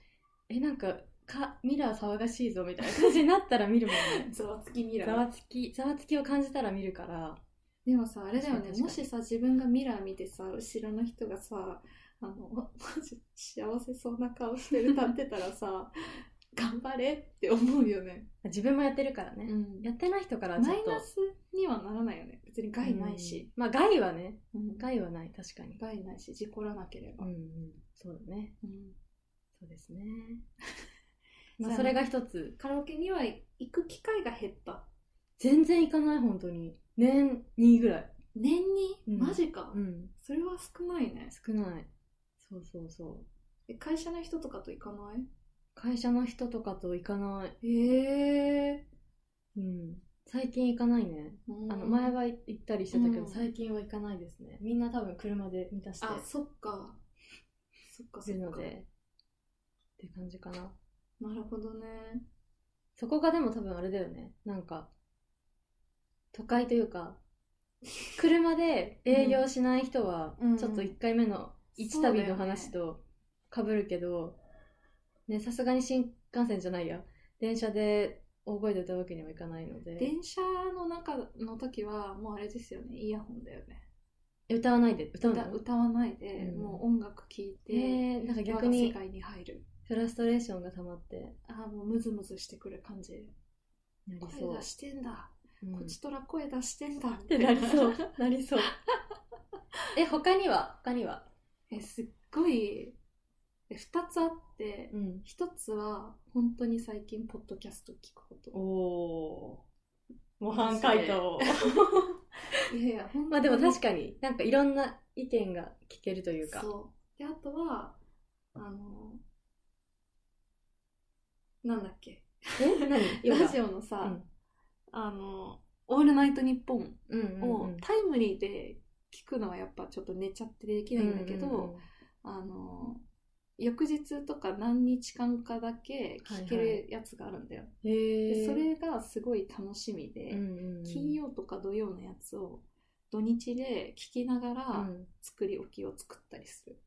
え、なんか、か、ミラー騒がしいぞみたいな感じになったら見るもんね
<laughs> ざわつきミラー。
ざわつき、ざわつきを感じたら見るから。
でもさあれだよ
確
ね
かに
もしさ自分がミラー見てさ後ろの人がさあの <laughs> マジ幸せそうな顔して歌ってたらさ頑張れって思うよね、
自分もやってるからね。
ん
やってない人からはちょ
マ
っ
イ
と。
ナスにはならないよね別に害ないし、
うん。まあ害はね、
うん害
害はない、確かに。
ないし事故らなけれ
う
ば、
んうん、そうだね。
うん
そう
<laughs>
ですね。ま
そうだね
あそれが一つ。
カラオケには行く機会が減った
全然行かない、本当に。年2ぐらい。
年に、
うん
マジか、
うん。
それは少ないね
少ない。そうそうそう。
え会社の人とかと行かな
会社の人とかと行かない。
いへえ
うん。最近行かないね。あの、前は行ったりしてたけど、
うん
最近は行かないですね。みんな多分車で満たして
あそっかそっかそ
る
っ
の
か
で、って感じかな。
なるほどね。
そこがでも多分あれだよね。なんか、都会というか、車で営業しない人は
うん、
ちょっと1回目の一旅の話と被るけど、ね、さすがに新幹線じゃないや。電車で大声で歌うわけにはいかないので、
電車の中の時は、もうあれですよね、イヤホンだよね。
歌わないで、歌う
歌
の
歌わないで、
うん
もう音楽聴い
えー、
て、
なんか
逆
逆
に世
に
界に入る。
フラストレーションが溜まって
ああ、もうムズムズしてくる感じ。
なりそう
声出。してんだ。
うん
こ
っ
ちとら声出してんだ。って
なりそう。 <laughs> なりそう。え、他には他には
<laughs> え、すっごい、え、二つあって、
うん。
一つは、本当に最近、ポッドキャスト聞くこと。
おー。模
範解答。いやいや、本当に。
<laughs> まあでも確かに、なんかいろんな意見が聞けるというか。
そう。で、あとは、あの、なんだっけ。
え何ヨガ
ラジオのさ、
うん
あの、オールナイトニッポン
うんうんうん。
をタイムリーで聞くのはやっぱちょっと寝ちゃってできないんだけど、
うんうんうん
あの、翌日とか何日間かだけ聞けるやつがあるんだよ。
へー
でそれがすごい楽しみで、
うんうんうん
金曜とか土曜のやつを土日で聞きなが
う
ら
ん
作り置きを作ったりする。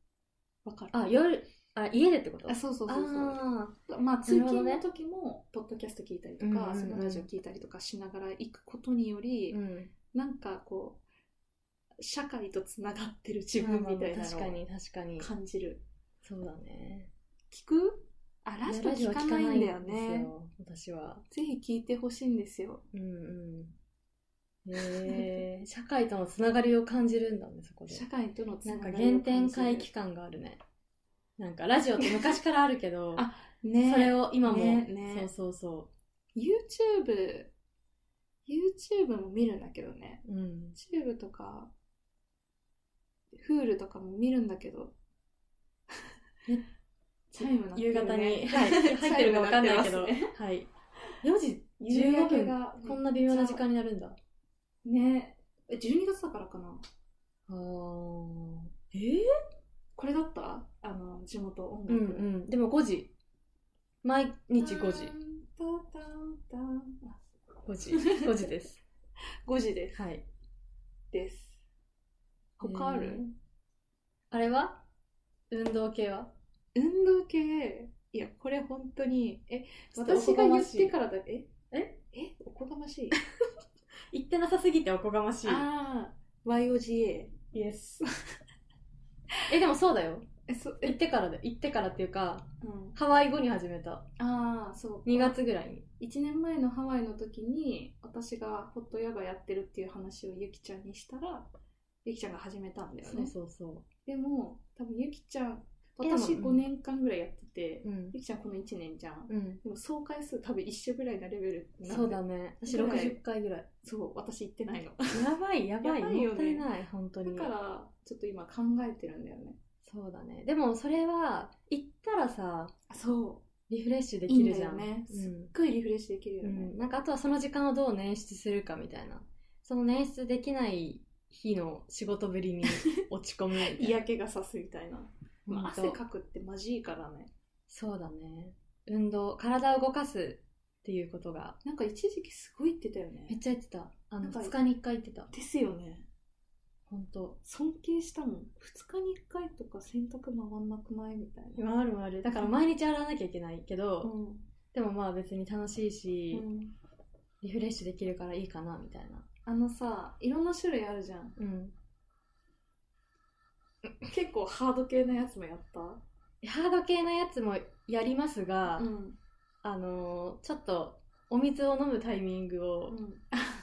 わかる
あ、夜、あ、家でってこと
あそうそうそうそう。
あ
まあ、
な
通
るほど
勤
ね
の時も、ポッドキャスト聞いたりと
うん
か、
うんうん
そのラジオ聞いたりとかしながら行くことにより、
ーうん。
なんかこう、社会とつながってる自分みたいな
確か
のを
に確かに。
感じる。
そうだね。
聞くあ、ラジオ聞かないんだよ
ラジオ聞かないん
ね。
ですよ私は。
ぜひ聞いてほしいんですよ。
うんうん。へえ。社会とのつながりを感じるんだね、そこで。
社会とのつ
な
なんが
か
り
原
を
点
感じ
回
る。
帰感があるね。なんかラジオって昔からあるけど、
あね
それを今も、
ねね
そうそうそ
YouTube、YouTube も見るんだけどね。
う。うん。
YouTube とか、Hulu <laughs> とかも見るんだけど、チャイムなって
夕
るね
方に、はい、 <laughs> 入ってるかわかんないけど、
チャイム鳴ってます
はい。4時
夕
15
焼け
分、
が
こんな微妙な時間になるんだ。
ねえ12月だからかな
あーえ
これだったあの地元音
う
楽、
んうん。でも5時。毎日5時。
タンタンタンあ
5時。5時
<laughs>
です。
5時です
はい。
です他ある、
うんあれは運動系は
運動系いやこれ本当にえ
ちょっとお
私
こ
が
が
言
ま
っ
しい
てからだえ
え
えおこがましい
言ってなさすぎておこがましい。
ああ YOGA
イエス。え、でもそうだよ。
えそ
行ってからで、行ってからっていうか、
うん、
ハワイ後に始めた。
ああそう
2月ぐらいに。
1年前のハワイの時に私がホットヨガやってるっていう話をゆきちゃんにしたらゆきちゃんが始めたんだよね
そうそ
でも多分ゆきちゃん
えでも
私
うん
5年間ぐらいやってて、
う。うん。
ゆきちゃんこの1年じゃん
うん。
でも総回数多分一緒ぐらいなレベルなんで
そうだね。私
ぐらい
60回ぐらい。
そう私行ってないの
やばい、やばい。
やばい
も
よね
ったいない、本当に。
だからちょっと今考えてるんだよね
そうだね。でもそれは、行ったらさ、
そ
リフレッシュで
ういい
き
ん
る
だ
じゃ
よ
ん。
ね、
うん
すっごいリフレッシュできるよ
う
ね、
ん、なんかあとはその時間をどう捻出するかみたいなその捻出できない日の仕事ぶりに落ち込むみ <laughs> たいな
嫌気がさすみたいな、ま
ほ
あ、
んと
汗かくってマジいいからね
そうだね運動体を動かすっていうことが
なんか一時期すごい言ってたよ
めっ
ね
ちゃ言ってたあの
なんか
2日に1回言ってた
ですよね
本当
尊敬したもん2日に1回とか洗濯回んなくないみたいな、
あるあるだから毎日洗わなきゃいけないけど、
うん
でもまあ別に楽しいし、
うん
リフレッシュできるからいいかなみたいな
あのさいろんな種類あるじゃん
うん
結構ハード系のやつもやった
ハード系のやつもやりますが、
うん、
あのーちょっとお水を飲むタイミング
う
を
ん、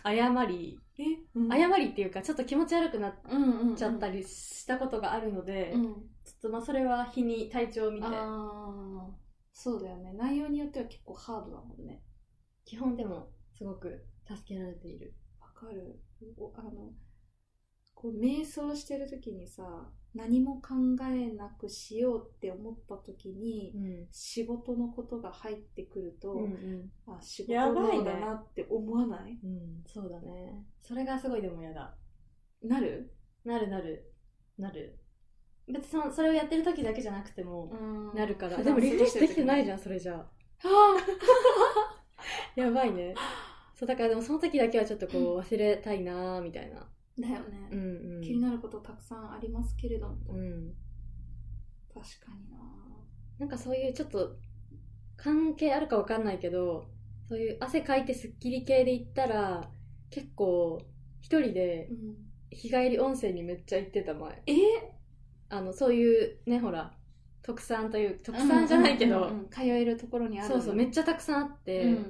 誤り、
え、うん、
誤りっていうかちょっと気持ち悪くなっ
うんうんうん
ちゃったりしたことがあるので、
うん、
ちょっとまあそれは日に体調を見て
ああそうだよね内容によっては結構ハードだもんね
基本でもすごく助けられている
わかるおあのこう瞑想してる時にさ何も考えなくしようって思った時に、
うん
仕事のことが入ってくると、
うん
あ仕事の
やばい
こ
ね
とだなって思わない
うんそうだねそれがすごいでも嫌だ
なる
なるなるなる別にそのそれをやってる時だけじゃなくてもなるからでもリフレッシュできてないじ
ゃん
ゃんそれじゃあ
あ
やばいねそうだからでもその時だけはちょっとこう忘れたいなーみたいな
ーだよ
う
ね、
んうん
気になることたくさんありますけれども、
うん
確かにな
なんかそういうちょっと関係あるかわかんないけどそういう汗かいてスッキリ系で行ったら結構一人で
うん
日帰り温泉にめっちゃ行ってた前
え
あのそういうねほら特産という特産じゃないけど、
うんうんうん通えるところにある
そうそうめっ
ち
ちゃたくさんあって、
うん
っ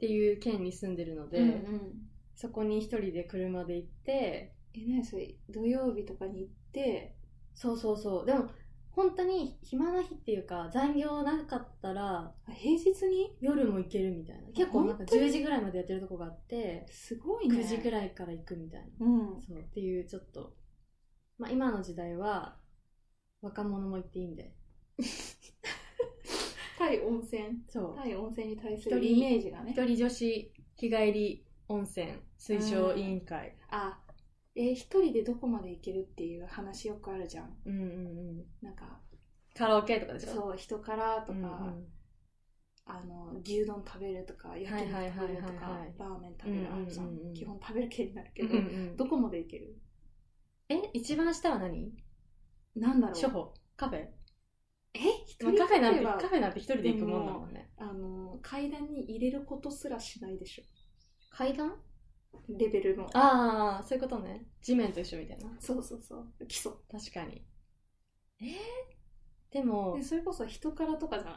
ていう県に住んでるので、
うんうん
そこに一人で車で行って
え何それ土曜日とかに行って
そうそうそうでも本当に暇な日っていうか残業なかったら
あ平日に
夜も行けるみたいな結構なんか
本当に
10時ぐらいまでやってるとこがあって
すごいね
9時ぐ
い
らいから行くみたいな、
うん
そうっていうちょっと、まあ、今の時代は若者も行っていいんで
対温泉
そう
対温泉に対する
一人
イメージがね
一人女子日帰り温泉推奨委員会
あえー一人でどこまで行けるっていう話よくあるじゃん
うんうんうん
なんか
カラオケとかでしょ
そう人からとか、
うんうん
あの牛丼食べるとか焼き肉食べると
はいはいはいはい
か
はい
ラーメン食べるあるじゃん,、
うんうんうん
基本食べる系になるけど、
うんうん
どこまで行ける
え一番下は何
なんだろう
初歩カフェ
え一
ま
人
あカフェなんて
は
カフェなんて一人で行くもんだもんね
あの階段に入れることすらしないでしょ
階段
レベルの
ああそういうことね地面と一緒みたいな
そうそうそう基礎
確かにえー、でも
でそれこそ人からとかじゃない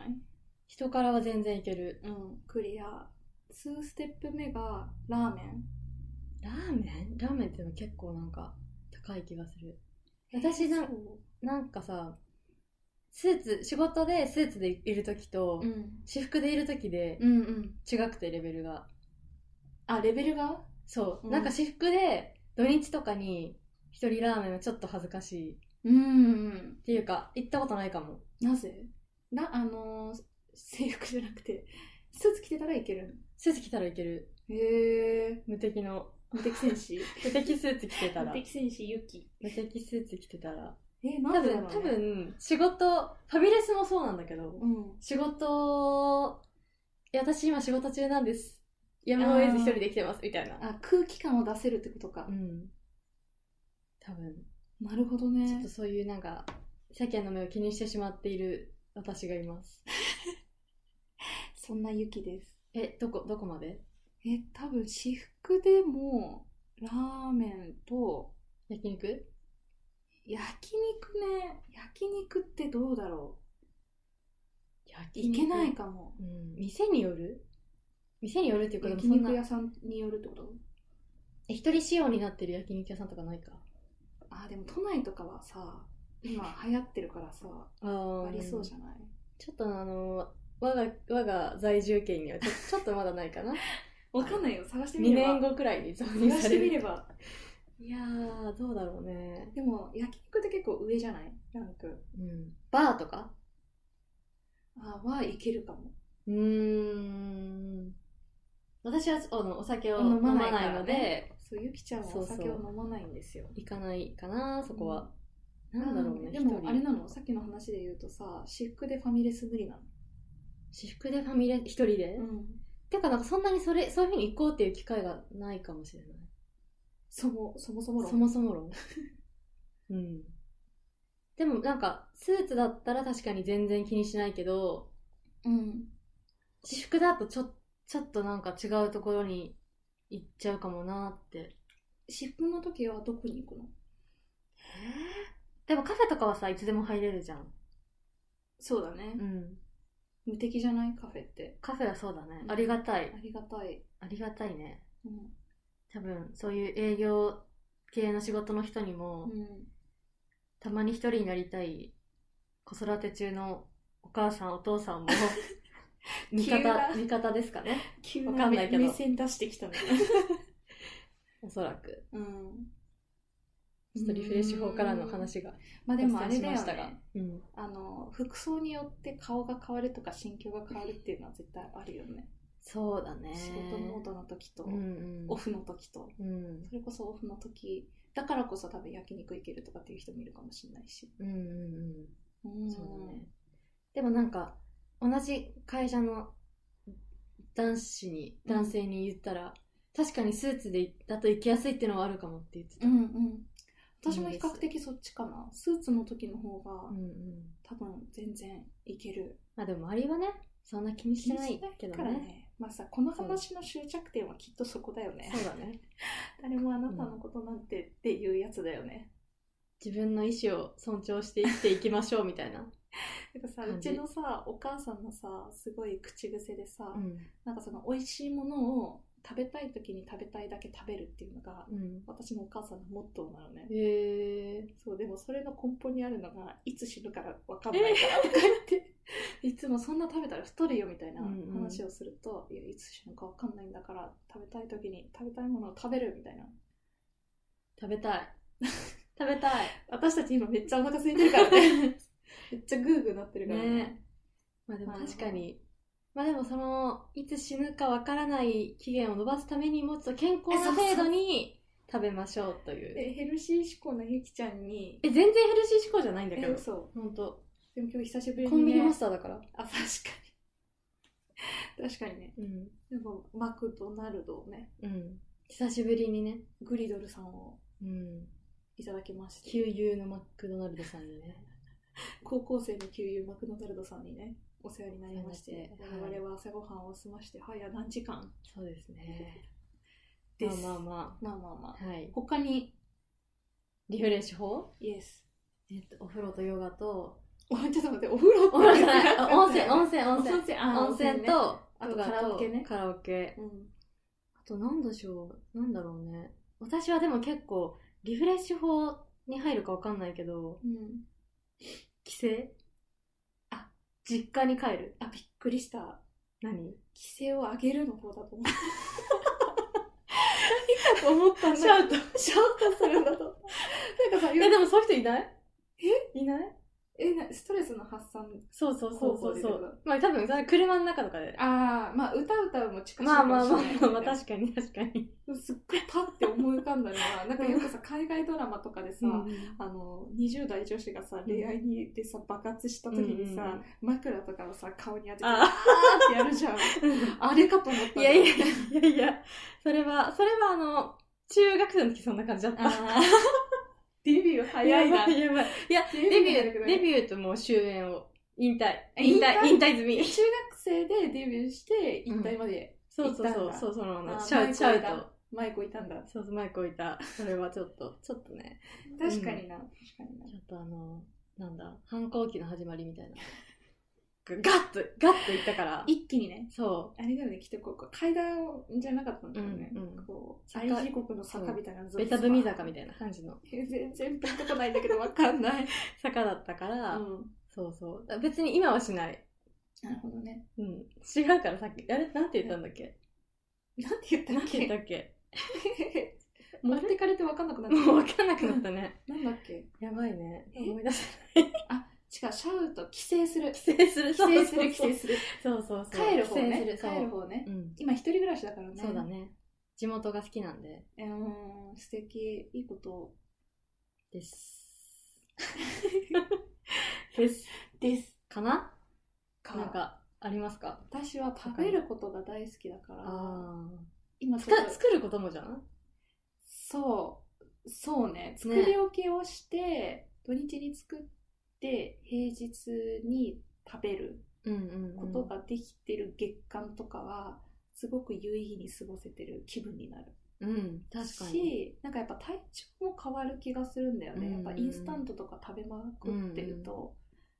人からは全然いける
うんクリア2ステップ目がラーメン
ラーメンラーメンっていうの結構なんか高い気がする私な
えー
なんかさスーツ仕事でスーツでいる時と、
そううん
私服でいる時で
うんうん
違くてレベルが
あレベルが
そう、
うん
なんか私服で土日とかに一人ラーメンはちょっと恥ずかしいっ
うん
ていうか行ったことないかも
なぜなあのー制服じゃなくてスーツ着てたらいける
スーツ着たらいける。
のへえ
無敵の。
無敵戦士
無敵スーツ着てたら。
戦士ユキ
無敵スーツ着てたら。
え
多
なんでだ
分、
ろう、ね、
多分、仕事、ファミレスもそうなんだけど、
うん
仕事、いや、私今仕事中なんです。やむを得ず一人で来てます、みたいな。
あ空気感を出せるってことか
う、ん。多分、
なるほ
ち
ど
ょっ
ね
とそういうなんか、世間の目を気にしてしまっている私がいます。
そんなユキです
え、どこ、どこまで
え多分私服でもラーメンと
焼肉
焼肉ね焼肉ってどうだろ
焼
ういけない。かも
うん。店による店によるっていうか、でも
焼
そん
肉
な、
屋さんによるってこと
え一人仕様になってる焼肉屋さんとかないか。
あでも都内とかはさ今流行ってるからさ
あ
ありそうじ
ゃん。
ゃない
ちょっとあの、我が、我が在住県に <laughs> はちょちょっとまだない <laughs> かな。
わかんないよ探してみ
2
れば
年後くらいに増入
探
さ
して
れ
み
る。
れば
<laughs> いやー、どうだろうね。
でも焼肉って結構上じゃないランク
うん。バーとか
あはいけるかも
うーん。私はあのお酒を飲
飲
ま
ま
な
ないいからね
ので、
そうゆきちゃんはお酒を飲まないんですよ
行かないかな、そこは。
うん
なんだろうね、
で
一
も
人
あれなのさっきの話で言うとさ私服でファミレス無理なの
私服でファミレ、一人で、
うん
てか、なんかそんなにそれ、そういうふうに行こうっていう機会がないかもしれない。
そもそもそも論
そもそも
<laughs>
論。うん。でもなんか、スーツだったら確かに全然気にしないけど、
うん
私服だとちょ、ちょっとなんか違うところに行っちゃうかもなって。
私服の時はどこに行くの
でもカフェとかはさ、いつでも入れるじゃん。
そうだね、
ん。
無敵じゃないカフェって
カフェはそうだね
う。ん
ありがたい
あ。りがたい、
ありがたいね。
うん
多分、そういう営業系の仕事の人にも、
うん、
たまに一人になりたい子育て中のお母さん、お父
<laughs>
さんも、味
急
方、
だ
味方ですかね。
急
わかんないけど
目線出してき
<laughs>
たね
おそらく。
うん
ちょっとリフレッシュ法からの話が
まあで
脱
もあ
線し
れだ
ま
よ
したが
ね。
うん。
あの服装によって顔が変わるとか心境が変わるっていうのは絶対あるよね、
そうだね。
仕事モードの時と、
うんうん。
オフの時と
うん。
それこそオフの時だからこそ多分焼肉行けるとかっていう人もいるかもしれないし、
うんうんうん。
うん
そうだね。でもなんか、同じ会社の男子に、
うん
男性に言ったら、確かにスーツでだと行きやすいってのはあるかもって言ってた。
うんうん私も
いいで
比
す
較的そっちかなスーツの時の方が
うんうん。
多分全然いける
まあでも周りはね、そんな気にしてないけど
から
ね。
ねまあさこの話の終着点はきっとそこだよね
そうだね。
誰もあなたのことなんてっていうやつだよね、
自分の意思を尊重して生きていきましょうみたいな。
なんかさ
感
う
じ
ちのさお母さんのさすごい口癖で
<laughs>
さ、
うん。
なんかその美味しいものを食べたい時に食べたいだけ食べるっていうのが
うん。
私のお母さんのモットーなのね
へえ
そうでもそれの根本にあるのがいつ死ぬから分かんないからとか言って、いつもそんな食べたら太るよみたいな
うんうん
話をすると、いやいつ死ぬか分かんないんだから食べたい時に食べたいものを食べるみたいな
食べたい。 <laughs> 食べ <laughs> たい。
私たち今めっちゃお腹空いてるから
<laughs>
ねめっちゃグーグーなってるからね
ねまあでも確かに、まあでもその、いつ死ぬかわからない期限を伸ばすためにも、ちょっと健康な程度に食べましょうという。
でヘルシー志向のゆきちゃんに
え、全然ヘルシー志向じゃないんだけ
え
ど。
そ
ほんと。
うでも今日久しぶりに、ね、
コンビニマスターだから。
あ確かに確かにね
うん。
でもマクドナルドをね
うん。久しぶりにね。
グリドルさんを
うん。
いただきまして
旧友のマクドナルドさんにね。
高校生の旧友マクドナルドさんにねお世話になりまし
お世話に
て
なって
我々は朝ごはんを済まして早何時間
そうですね。
です
まあま
まあまあま
あま
あ
あ。はい。
他に
リフレッシュ法
イエス <laughs>
えっと、お風呂とヨガ <laughs> と、
おちょっと待ってお風呂
お風呂じゃない。あ温泉、
温
温泉、温
泉
泉。
あ
温泉
ね
と、
あと
ヨガ
カラオケね
カラオケ。
うん
あと何でしょうなんだろうね。私はでも結構、リフレッシュ法に入るかわかんないけど、
うん
帰省あ、実家に帰る。
あびっくりした
<laughs> 何
規制を上げるの方だと思ったいいかと思ったんだ
シャウ
<laughs> トシャウトするんだとなんかさ
え、でもそういう人いない
え
いない
え、なストレスの発散
そうそうそうそ
高校
う
で
そ
と
う
か。
まあ多分、それ車の中とかで。
ああ、まあ歌歌うも近し
<laughs>
い
まあ
かも
まあ
し
まあ
れない、
まあまあ、確かに確かに。
すっごいパッて思い浮かんだのは、なんかよくさ、海外ドラマとかでさ、あの、20代女子がさ、恋愛にでさ、爆発した時にさ、枕とかをさ、顔に当てて、あ
あ
ーってやる
<laughs>
じゃん。あれかと思った
い
の
やいやいやいやいや、それは、それはあの、中学生の時そんな感じだった。
あー <laughs> デビュー早いな。
やばい。いや、
デ
デビュ <laughs> ー、デ
ュー。
ビューともう終焉を、引退。
引
引
退
退、引退済み。
中学生でデビューして、引退まで、
そうそうそ
行ったん
う、
だ
そうそうなの
あ。
シャ
マイ
ウ、
ク
シャウ
置い
ト。
マイクいたんだ。
そうそう、マイク置いた。それはちょっと、ちょっとね。
確かにな、確かにな。
ちょっとあの、なんだ、反抗期の始まりみたいな。 <laughs> ガッと、ガッといったから。
一気にね、
そ
あれだよね、きっとこう、階段じゃなかったんだよね。
うんうん
こう、
坂
愛地獄の坂みたいなのず
う。
っと
ベタ踏み坂みたいな感じの
<laughs> 全然ピンとこないんだけど、わかん
<laughs>
ない。
坂だったから、
うん
そうそう。だ別に今はしない。
なるほどね。
うん。違うからさっき、あれなんて言ったんだっけ
なんて言った
なん
っ
て言っ
け
たっけ
持ってかれてわかんなくなっち
もう
ゃっ
分かんなくなったね。
た。なんだっけ
やばいね。
え
思い出せ
違う、シャウト、帰省する。
ない。帰省する、
帰省する、帰
そう
省する。
そうそうそう。
帰る方ね。
帰省する、
帰る
そ
方ね
う。。うん。
今一人暮らしだからね。
そうだ。ね。地元が好きなんで。
うーん、素敵。いいこと。
<laughs> です。です。
です。
かな
か
なんか、ありますか
私は食べることが大好きだから、
あ
今
あ。
ち
つ
ょっ
か
と
作ることもじゃん
そう、そうね。作り置きをして、土日に作って、平日に食べる
うんうん
こ
こととが。
ができてる月間とかは、すごく有意義に過ごせてる気分になる。
うん、確かに。
し、なんかやっぱ体調も変わる気がするんだよね。
うん
やっ
うん
ぱインスタントとか食べまくってると、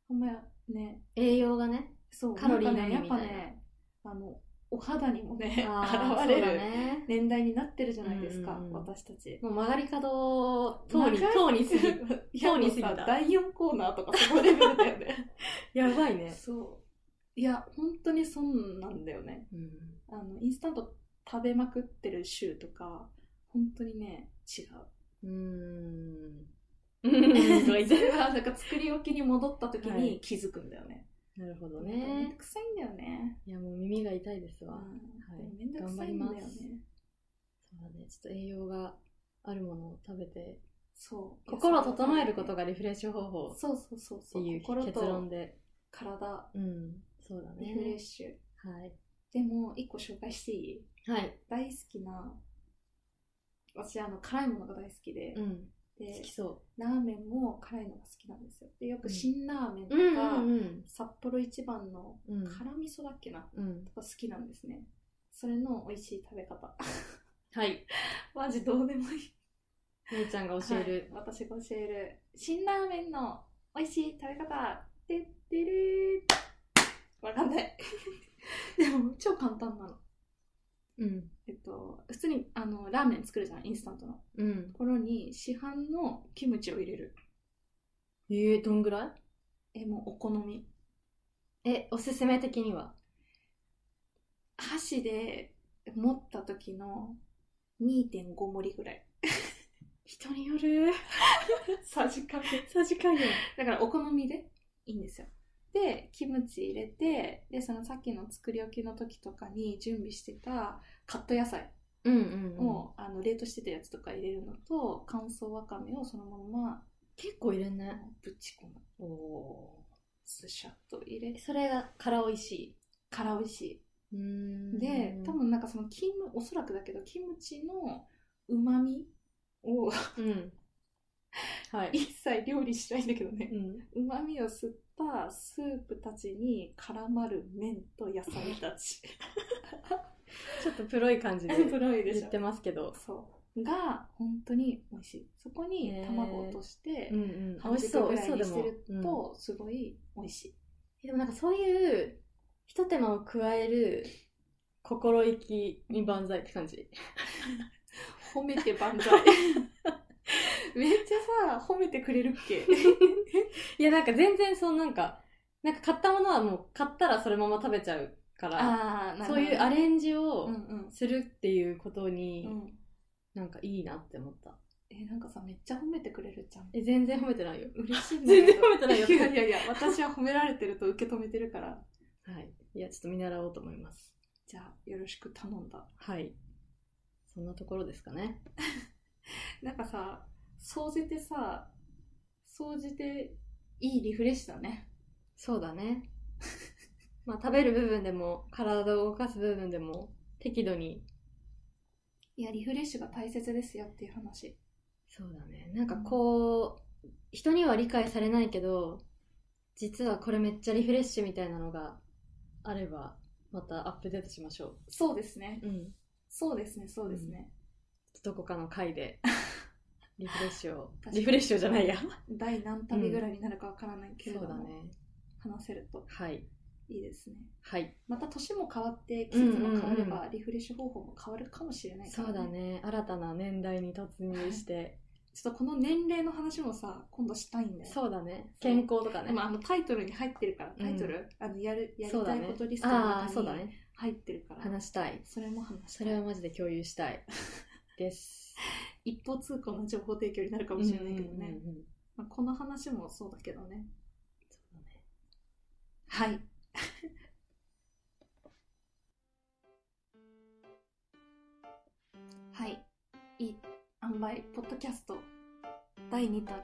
ほんまやね、
栄養が <laughs> ね。
そう、
カロリー
なんかね、やっ
のみみ
ぱ
たいな
ね、あの、お肌にもね、
あー
現れ
そうだ
る
ね。
年代になってるじゃないですか、
うんうんうん
私たち。
もう曲がり角を通り、
曲が
通り過ぎ。
<laughs> いや
通り過ぎた
もうさ第4コーナーとかそこレベルだよね。
<laughs> やばいね。
そう。いや、本当にそんなんだよね。
うん。
あの、インスタント食べまくってる週とか、本当にね、違う。
うーん。
<laughs>
うん、とか言っ
そ
て
れはなんか作り置きに戻った時
は
に
い
気づくんだよね。
<laughs> なるほど
めん
ね
ど。くさいんだよね。
いや、もう耳が痛いです
うん
わ。い
めんどくさいんだ
頑
よ
張
ね
ります。そうだね。ちょっと栄養があるものを食べて、
そう。
心を整えること
が。
がリフレッシュ方法っ
そうそうそう
て
そう。
いう
心
結論
と
で。
体、
うん。そうだ
リフレッ
ね。
シュ。
はい。
でも、一個紹介していい
はい。
大好きな私あの辛いものが大好きで,、
うん。
で
好きそ
ラーメンも辛いのが好きなんですよでよく辛ラーメンと
う。
か、
うん。
札幌一番の
うん。
辛味噌だっけな
うん。
とか好きなんですねそれの美味しい食べ方
はい。
マジどうでもいい
みーちゃんが教える。
はい私が教える辛ラーメンの美味しい食べ方てってれーわかんない <laughs> でも超簡単なの
うん。
えっと普通にあのラーメン作るじゃんインスタントの
うん
と。ころに市販のキムチを入れる
ええ、どんぐら
えもうお好み
いえ、おすすめ的には
箸で持った時の2.5盛りぐらい
人によ <laughs> る。
さじ加減
さじ加減。
だからお好みでいいんですよでキムチ入れてでそのさっきの作り置きの時とかに準備してたカット野菜
うんうんうん。
を、あの冷凍してたやつとか入れるのと乾燥わかめをそのま
結構入れん
ま
ね。
ぶち込む
おお。
スシャッと入れて
それが辛美味し
辛美味しい
い。うん
で多、分なんかそのキムおそらくだけどキムチのうまみを <laughs>
うん。はい。
一切料理しないんだけどね
うん。
うまみを吸ったスープたちに絡まる麺と野菜たち
ちょっと <laughs> プロい感じ
<laughs>
で
プロいでし
言って
ょ
ますけど。
そうが本当に美味しいそこに
へー
卵を落として
うんうん。美
半
味しそ
熟
う、美
ぐ
味
ら
し
い
そう
に
ですも。
る
うん
とすごい美味しい
でもなんかそういう、ひと手間を加える、心意気に万歳って感 <laughs> じ。
褒めて万歳 <laughs> めっちゃさ褒めてくれるっ
<laughs>
け
いや、なんか全然そうなんか、なんか買ったものはもう買ったらそのまま食べちゃうから、
ああ
そういうアレンジを
うんうん
するっていうこと
う
に、
ん
なんかいいなって思った。
え、なんかさ、めっちゃ褒めてくれるじゃん。
え、全然褒めてないよ。嬉しいな。
全然
褒めて
<laughs> いやい
は
やいや、私は褒められてると受け止めてるから、
い。いや、ちょっと見習おうと思います。
じゃあよろしく頼んだ。
はい。そんなところですかね。
なんかさ、総じてさ、総じていいリフレッシュだね。
そうだね。 <laughs> まあ、食べる部分でも、体を動かす部分でも、適度に。
いや、リフレッシュが大切ですよっていう話。
そうだね。なんかこう、人には理解されないけど、実はこれめっちゃリフレッシュみたいなのがあれば、またアップデートしましょ
そうですね。
う。うん。
そうですね、そうですね。
どこかの回 <laughs> で、リフレッシュを
確か。に
リフレッシュじゃないや。
第何旅ぐらいになるかわからないけれ
そ
ど
うだ
も、
ね。
話せると
はい。
いいですね。
はい。
また年も変わって季節も変われば、リフレッシュ方法も変わるかもしれないか
そ
ら、
うだね。新たな年代に突入して。
ちょっとこの年齢の話もさ今度したいんだよ
そうだね。
そう
健康とかね。
まあ、あのタイトルに入ってるからタイトル、あのやるやり
そうだ
たい
ね
ことリストの
ああ、
中
そうだ
に
ね。
入ってるから、
話したい。
それも話し
そ
た
れはいマジで共有した
<laughs>
い。です。
一方通行の情報提供になるかもしれないけどね、
うんうんうん
まあ、この話もそうだけどね
そうだね。
はい <laughs> はいいい塩梅ポッドキャスト第2旅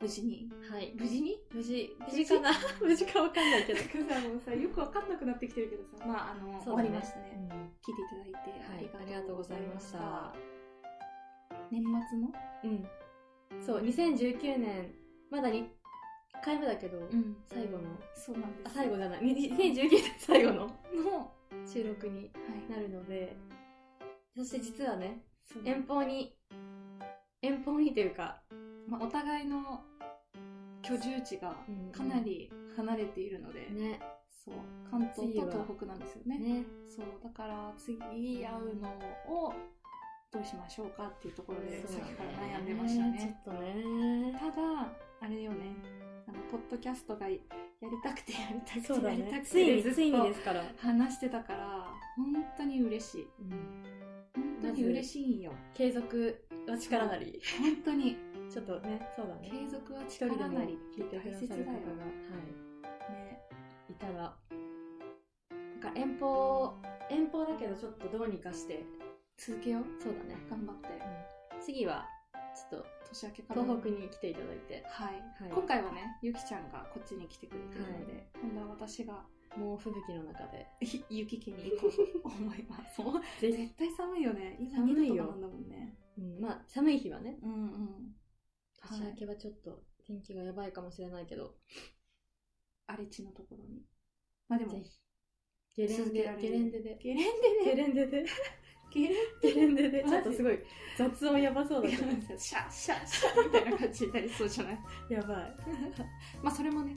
無事に
はい。
無事に <laughs>
無事、
無
無
事
事かな無事かわかんないけ
<laughs>
ど。
なんかさもうさよくわかんなくなってきてるけどさまああの、終
そう
わ
だね
りましたね、
うん
聞いていただいて、
はい、ありがとうございました。
年末の
うん。そう、2019年、まだ2回目だけど、
ん
最後の、
そうなんです
あ、最後じゃない、に2019年最後の
のは
収録に
い
なるので、そして実はね、
そう
遠方に、遠方にというか、
まあ、お互いの居住地が
うん
かなり離れているので、
ね、
そう関東
次
と
は
東北なんですよね
ね、
そうだから次会うのをどうしましょうかっていうところで
そう
さ
だ
っき
ね
から悩んでましたね
ちょっとね。
ただあれよねあのポッドキャストがやりたくてやりた
そ
く
う
て
だ
やりた
ね。
く
つい
て
に、
ずっ
ついにで
と
すから。
話してたから本当に嬉しい本当に嬉しいんよ
継続は力なり。
本当に
ちょっとね、そうだね。
継続は
一人
力
でも
なり
聞いてく
大
だ
切だ
さ
よ
る方が、は
ね
い、いたら、なんか遠方、遠方だけどちょっとどうにかして、
続けよう
そうだね。
頑張って
次は、ちょっ
年明けか
と
ら
東北に来ていただいて、
はい、
はい
今回はねゆきちゃんがこっちに来てくれてるので、今度は私が
猛吹雪の中 <laughs> で、
ひ雪家に行
<laughs>
こうと思いますもう
ぜひ
絶、対寒いよね今
寒
2
い
度
よ
とかなんだもんね
うん、まあ寒い日はね、
うんうんはい
年明けはちょっと天気がやばいかもしれないけど、
荒れ地のところにまあでも
ぜひ、ゲレン
続けら
デ
れ、
ゲ
る
レンデで、
ゲレン
ゲレンデで、
デね
ゲレンデ <laughs> で、ちょっと
マジ
すごい雑音やばそうだ
ゲ
け
レ
ど、
ンデシャッシャッシャッみたいな感じになりそうじゃない
やばい。
<laughs> まあそれもね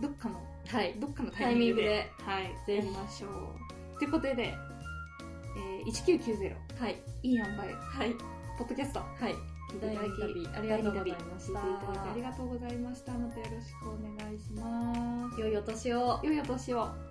どっかの
はい。
どっかのタ
タ
イ
イ
ミ
ミ
ン
ン
グ
グ
で
で。
はい
ぜひ
やりましょうということで、えー、1990
はい。
いい塩梅
はい。
ポッドキャスト
はい。
聞いて
第
いただき
2旅、ありがとうございまし
聞いていただきあり
た。
がとうございました。またよろしくお願いします。
良いお年を。
良いお年を。